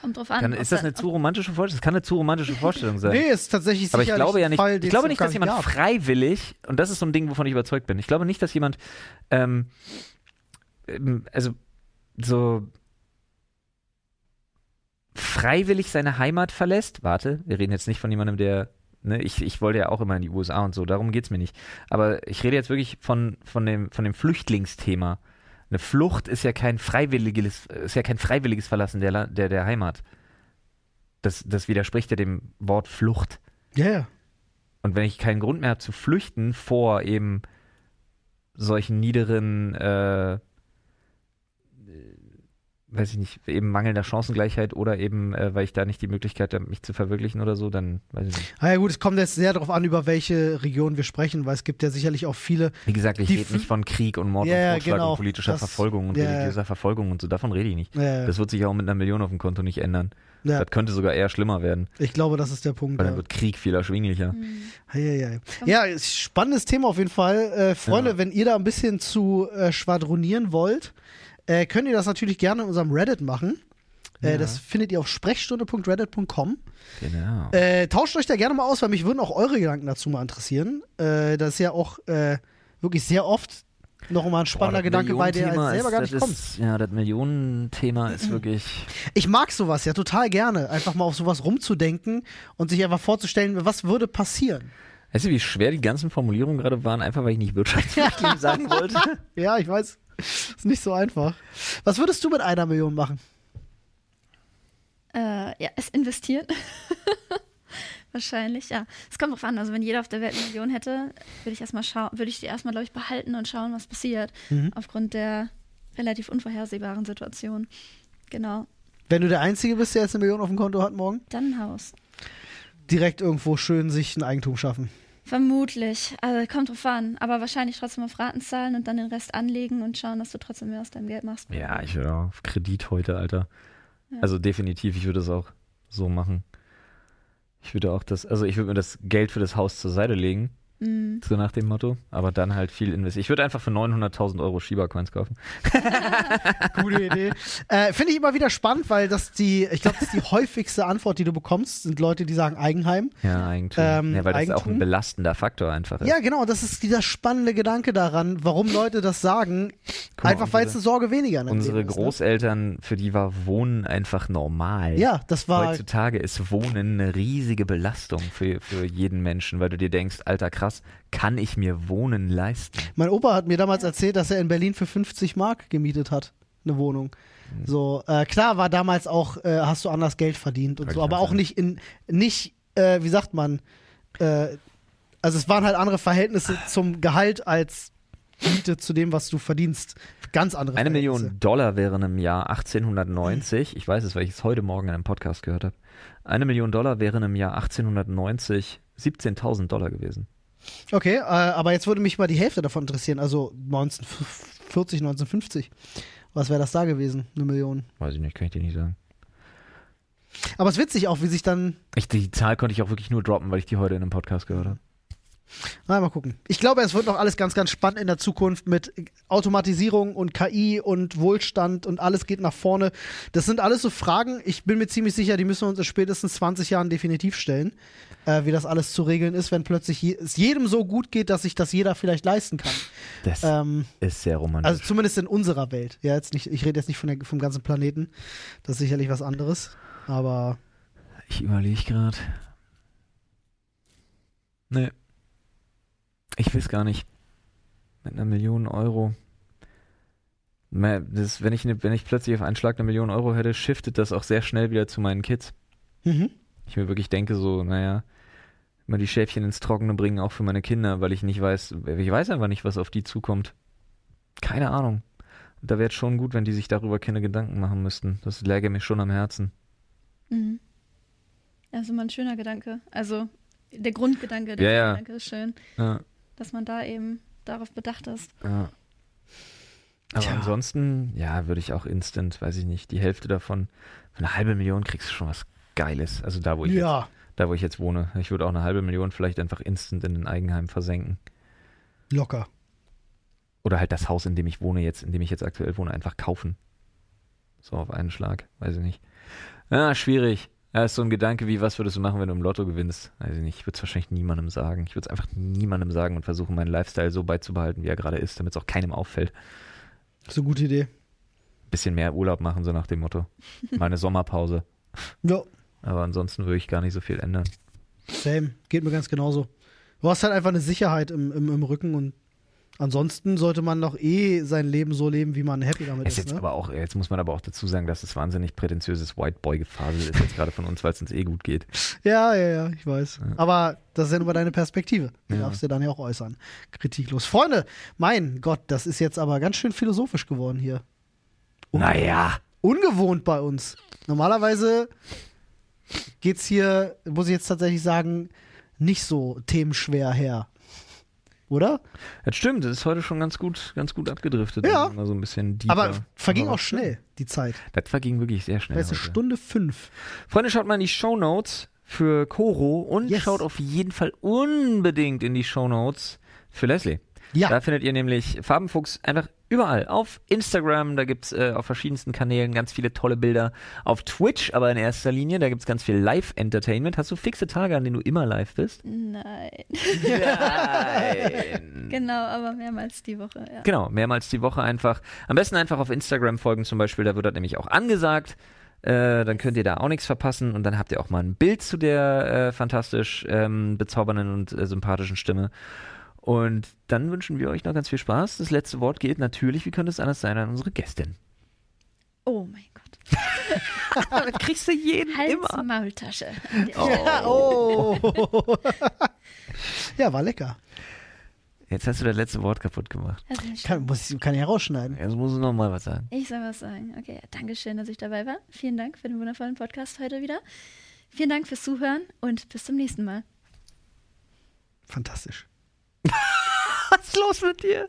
C: Kommt drauf an.
A: dann
C: ob
A: ist das
C: da-
A: eine
C: ob-
A: zu romantische Vorstellung. Das kann eine zu romantische Vorstellung sein.
B: Nee, ist tatsächlich
A: Äh. Aber ich
B: sicherlich
A: glaube ja
B: ein
A: nicht,
B: Fall,
A: ich
B: den's
A: glaube
B: noch
A: nicht,
B: gar
A: dass jemand
B: gab.
A: freiwillig, und das ist so ein Ding, wovon ich überzeugt bin, ich glaube nicht, dass jemand, ähm, ähm, also so freiwillig seine Heimat verlässt. Warte, wir reden jetzt nicht von jemandem, der, ne, ich, ich wollte ja auch immer in die USA und so, darum geht's mir nicht. Aber ich rede jetzt wirklich von, von, dem, von dem Flüchtlingsthema. Eine Flucht ist ja kein freiwilliges, ist ja kein freiwilliges Verlassen der, La- der, der Heimat. Das, das widerspricht ja dem Wort Flucht.
B: Ja, ja.
A: Und wenn ich keinen Grund mehr habe zu flüchten vor eben solchen niederen, äh, äh, weiß ich nicht, eben mangelnder Chancengleichheit oder eben, äh, weil ich da nicht die Möglichkeit habe, mich zu verwirklichen oder so, dann weiß ich nicht.
B: Na Ah ja, gut, es kommt jetzt sehr darauf an, über welche Region wir sprechen, weil es gibt ja sicherlich auch viele.
A: Wie gesagt, ich
B: Die
A: rede
B: Fl-
A: nicht von Krieg und Mord
B: Ja, ja,
A: und Vorschlag
B: genau.
A: und politischer
B: Das-
A: Verfolgung und
B: ja, ja.
A: religiöser Verfolgung und so, davon rede ich nicht.
B: Äh,
A: Das wird sich auch mit einer Million auf dem Konto nicht ändern.
B: ja,
A: Das könnte sogar eher schlimmer werden,
B: ich glaube, das ist der Punkt.
A: weil
B: Ja.
A: dann
B: Mhm.
A: wird Krieg viel erschwinglicher.
B: Hei, hei, hei. ja, ist spannendes Thema auf jeden Fall. Äh, Freunde, wenn ihr da ein bisschen zu äh, schwadronieren wollt, äh, könnt ihr das natürlich gerne in unserem Reddit machen. Äh, Das findet ihr auf sprechstunde.reddit.com.
A: Genau.
B: Äh, tauscht euch da gerne mal aus, weil mich würden auch eure Gedanken dazu mal interessieren. Äh, das ist ja auch äh, wirklich sehr oft noch mal ein spannender Gedanke, bei der
A: Millionenthema
B: ihr selber
A: ist,
B: gar
A: das
B: nicht Mhm. kommt.
A: Ist, ja, das Millionenthema ist wirklich.
B: Ich mag sowas ja total gerne, einfach mal auf sowas rumzudenken und sich einfach vorzustellen, was würde passieren.
A: Weißt du, wie schwer die ganzen Formulierungen gerade waren, einfach weil ich nicht Wirtschaftsflüchtling sagen wollte?
B: Ja, ich weiß, ist nicht so einfach. Was würdest du mit einer Million machen?
C: Äh, ja, es investieren. Wahrscheinlich, ja. Es kommt drauf an. Also, wenn jeder auf der Welt eine Million hätte, würde ich erstmal schauen, würde ich die erstmal, glaube ich, behalten und schauen, was passiert.
A: Mhm.
C: Aufgrund der relativ unvorhersehbaren Situation. Genau.
B: Wenn du der Einzige bist, der jetzt eine Million auf dem Konto hat morgen,
C: Dann ein Haus.
B: direkt irgendwo schön sich ein Eigentum schaffen.
C: Vermutlich. Also, kommt drauf an. Aber wahrscheinlich trotzdem auf Raten zahlen und dann den Rest anlegen und schauen, dass du trotzdem mehr aus deinem Geld machst.
A: ja, ich würde auch auf Kredit heute, Alter. Also definitiv, ich würde es auch so machen. Ich würde auch das, also ich würde mir das Geld für das Haus zur Seite legen
C: Mhm.
A: So nach dem Motto. Aber dann halt viel investieren. Ich würde einfach für 900.000 Euro Shiba-Coins kaufen.
B: Gute Idee. Äh, Finde ich immer wieder spannend, weil das die, ich glaube, das ist die häufigste Antwort, die du bekommst, sind Leute, die sagen Eigenheim.
A: Ja, Eigentum.
B: Ähm,
A: ja, weil das auch ein
B: Eigentum.
A: belastender Faktor einfach ist.
B: Ja, genau, das ist dieser spannende Gedanke daran, warum Leute das sagen.
A: mal,
B: einfach weil es
A: unsere-
B: eine Sorge weniger in deinem
A: Unsere
B: Leben ist, ne?
A: Großeltern, für die war Wohnen einfach normal.
B: Ja, das war
A: Heutzutage ist Wohnen eine riesige Belastung für, für jeden Menschen, weil du dir denkst, alter krass, kann ich mir Wohnen leisten?
B: Mein Opa hat mir damals erzählt, dass er in Berlin für 50 Mark gemietet hat, eine Wohnung.
A: Mhm.
B: So, äh, klar war damals auch, äh, hast du anders Geld verdient und
A: Ja,
B: so,
A: klar,
B: aber auch
A: klar.
B: nicht in, nicht, äh, wie sagt man, äh, also es waren halt andere Verhältnisse zum Gehalt als Miete zu dem, was du verdienst. Ganz andere
A: Eine
B: Verhältnisse.
A: Million Dollar wären im Jahr 1890, ich weiß es, weil ich es heute Morgen in einem Podcast gehört habe, eine Million Dollar wären im Jahr 1890 17.000 Dollar gewesen.
B: Okay, äh, aber jetzt würde mich mal die Hälfte davon interessieren, also 1940, 1950. Was wäre das da gewesen? Eine Million.
A: Weiß ich nicht, kann ich dir nicht sagen.
B: Aber es ist witzig auch, wie sich dann
A: Ich, die Zahl konnte ich auch wirklich nur droppen, weil ich die heute in einem Podcast gehört habe.
B: Na, mal gucken. Ich glaube, es wird noch alles ganz, ganz spannend in der Zukunft mit Automatisierung und KI und Wohlstand und alles geht nach vorne. Das sind alles so Fragen, ich bin mir ziemlich sicher, die müssen wir uns in spätestens 20 Jahren definitiv stellen, äh, wie das alles zu regeln ist, wenn plötzlich je es jedem so gut geht, dass sich das jeder vielleicht leisten kann.
A: Das
B: Ähm,
A: ist sehr romantisch.
B: also zumindest in unserer Welt. Ja, jetzt nicht, ich rede jetzt nicht von der, vom ganzen Planeten. Das ist sicherlich was anderes. Aber
A: Ich überlege gerade. Nee. Ich will es gar nicht. Mit einer Million Euro. Mä- Das, wenn, ich ne, wenn ich plötzlich auf einen Schlag eine Million Euro hätte, shiftet das auch sehr schnell wieder zu meinen Kids.
B: mhm.
A: Ich mir wirklich denke so, naja, immer die Schäfchen ins Trockene bringen, auch für meine Kinder, weil ich nicht weiß, ich weiß einfach nicht, was auf die zukommt. Keine Ahnung. Und da wäre es schon gut, wenn die sich darüber keine Gedanken machen müssten. Das läge mir schon am Herzen.
C: Mhm. Also mal ein schöner Gedanke. Also der Grundgedanke,
A: Ja,
C: der
A: ja.
C: Gedanke ist schön,
A: Ja.
C: dass man da eben darauf bedacht ist.
A: Ja. Aber
B: Tja.
A: ansonsten, ja, würde ich auch instant, weiß ich nicht, die Hälfte davon, für eine halbe Million kriegst du schon was Geiles. Also da, wo ich, jetzt,
B: ja,
A: da, wo ich jetzt wohne. Ich würde auch eine halbe Million vielleicht einfach instant in ein Eigenheim versenken.
B: locker.
A: Oder halt das Haus, in dem ich wohne jetzt, in dem ich jetzt aktuell wohne, einfach kaufen. So auf einen Schlag, weiß ich nicht. Ah, schwierig. Ja, ist so ein Gedanke wie, was würdest du machen, wenn du im Lotto gewinnst? Weiß ich nicht. Ich würde es wahrscheinlich niemandem sagen. Ich würde es einfach niemandem sagen und versuchen, meinen Lifestyle so beizubehalten, wie er gerade ist, damit es auch keinem auffällt.
B: So eine gute Idee.
A: bisschen mehr Urlaub machen, so nach dem Motto. Meine Sommerpause.
B: Ja.
A: Aber ansonsten würde ich gar nicht so viel ändern.
B: Same, geht mir ganz genauso. Du hast halt einfach eine Sicherheit im, im, im Rücken und ansonsten sollte man doch eh sein Leben so leben, wie man happy damit
A: Ist
B: ist.
A: jetzt
B: ne?
A: aber auch, jetzt muss man aber auch dazu sagen, dass es wahnsinnig prätentiöses White Boy Gefasel ist jetzt gerade von uns, weil es uns eh gut geht.
B: Ja, ja, ja, ich weiß.
A: Ja.
B: Aber das ist ja nur deine Perspektive. Du
A: Ja.
B: darfst dir dann ja auch äußern. Kritiklos. Freunde, mein Gott, das ist jetzt aber ganz schön philosophisch geworden hier. Oh.
A: Naja,
B: Ungewohnt bei uns. Normalerweise geht's hier, muss ich jetzt tatsächlich sagen, nicht so themenschwer her. Oder?
A: das stimmt, es ist heute schon ganz gut, ganz gut abgedriftet.
B: Ja.
A: Mal so ein bisschen deeper.
B: Aber verging
A: Aber
B: auch schnell die Zeit.
A: Das verging wirklich sehr
B: Da
A: schnell.
B: ist eine
A: heute.
B: Stunde fünf.
A: Freunde, schaut mal in die Show Notes für Koro und
B: Yes.
A: schaut auf jeden Fall unbedingt in die Show Notes für Leslie.
B: Ja.
A: Da findet ihr nämlich Farbenfuchs einfach überall. Auf Instagram, da gibt's äh, auf verschiedensten Kanälen ganz viele tolle Bilder. Auf Twitch aber in erster Linie, da gibt's ganz viel Live-Entertainment. Hast du fixe Tage, an denen du immer live bist?
C: Nein.
A: Nein.
C: Genau, aber mehrmals die Woche. Ja.
A: Genau, mehrmals die Woche einfach. Am besten einfach auf Instagram folgen zum Beispiel, da wird das nämlich auch angesagt. Äh, dann könnt ihr da auch nichts verpassen und dann habt ihr auch mal ein Bild zu der äh, fantastisch ähm, bezaubernden und äh, sympathischen Stimme. Und dann wünschen wir euch noch ganz viel Spaß. Das letzte Wort geht natürlich, wie könnte es anders sein, an unsere Gästin.
C: Oh mein Gott.
A: Damit kriegst du jeden immer.
C: Hals-Maultasche. an der Stelle.
B: Ja, oh. ja, war lecker.
A: Jetzt hast du das letzte Wort kaputt gemacht.
C: Also nicht
B: Kann, muss ich, kann ich herausschneiden.
A: Jetzt muss ich noch mal was sagen.
C: Ich soll was sagen. Okay, danke schön, dass ich dabei war. Vielen Dank für den wundervollen Podcast heute wieder. Vielen Dank fürs Zuhören und bis zum nächsten Mal.
B: Fantastisch.
A: Was ist los mit dir?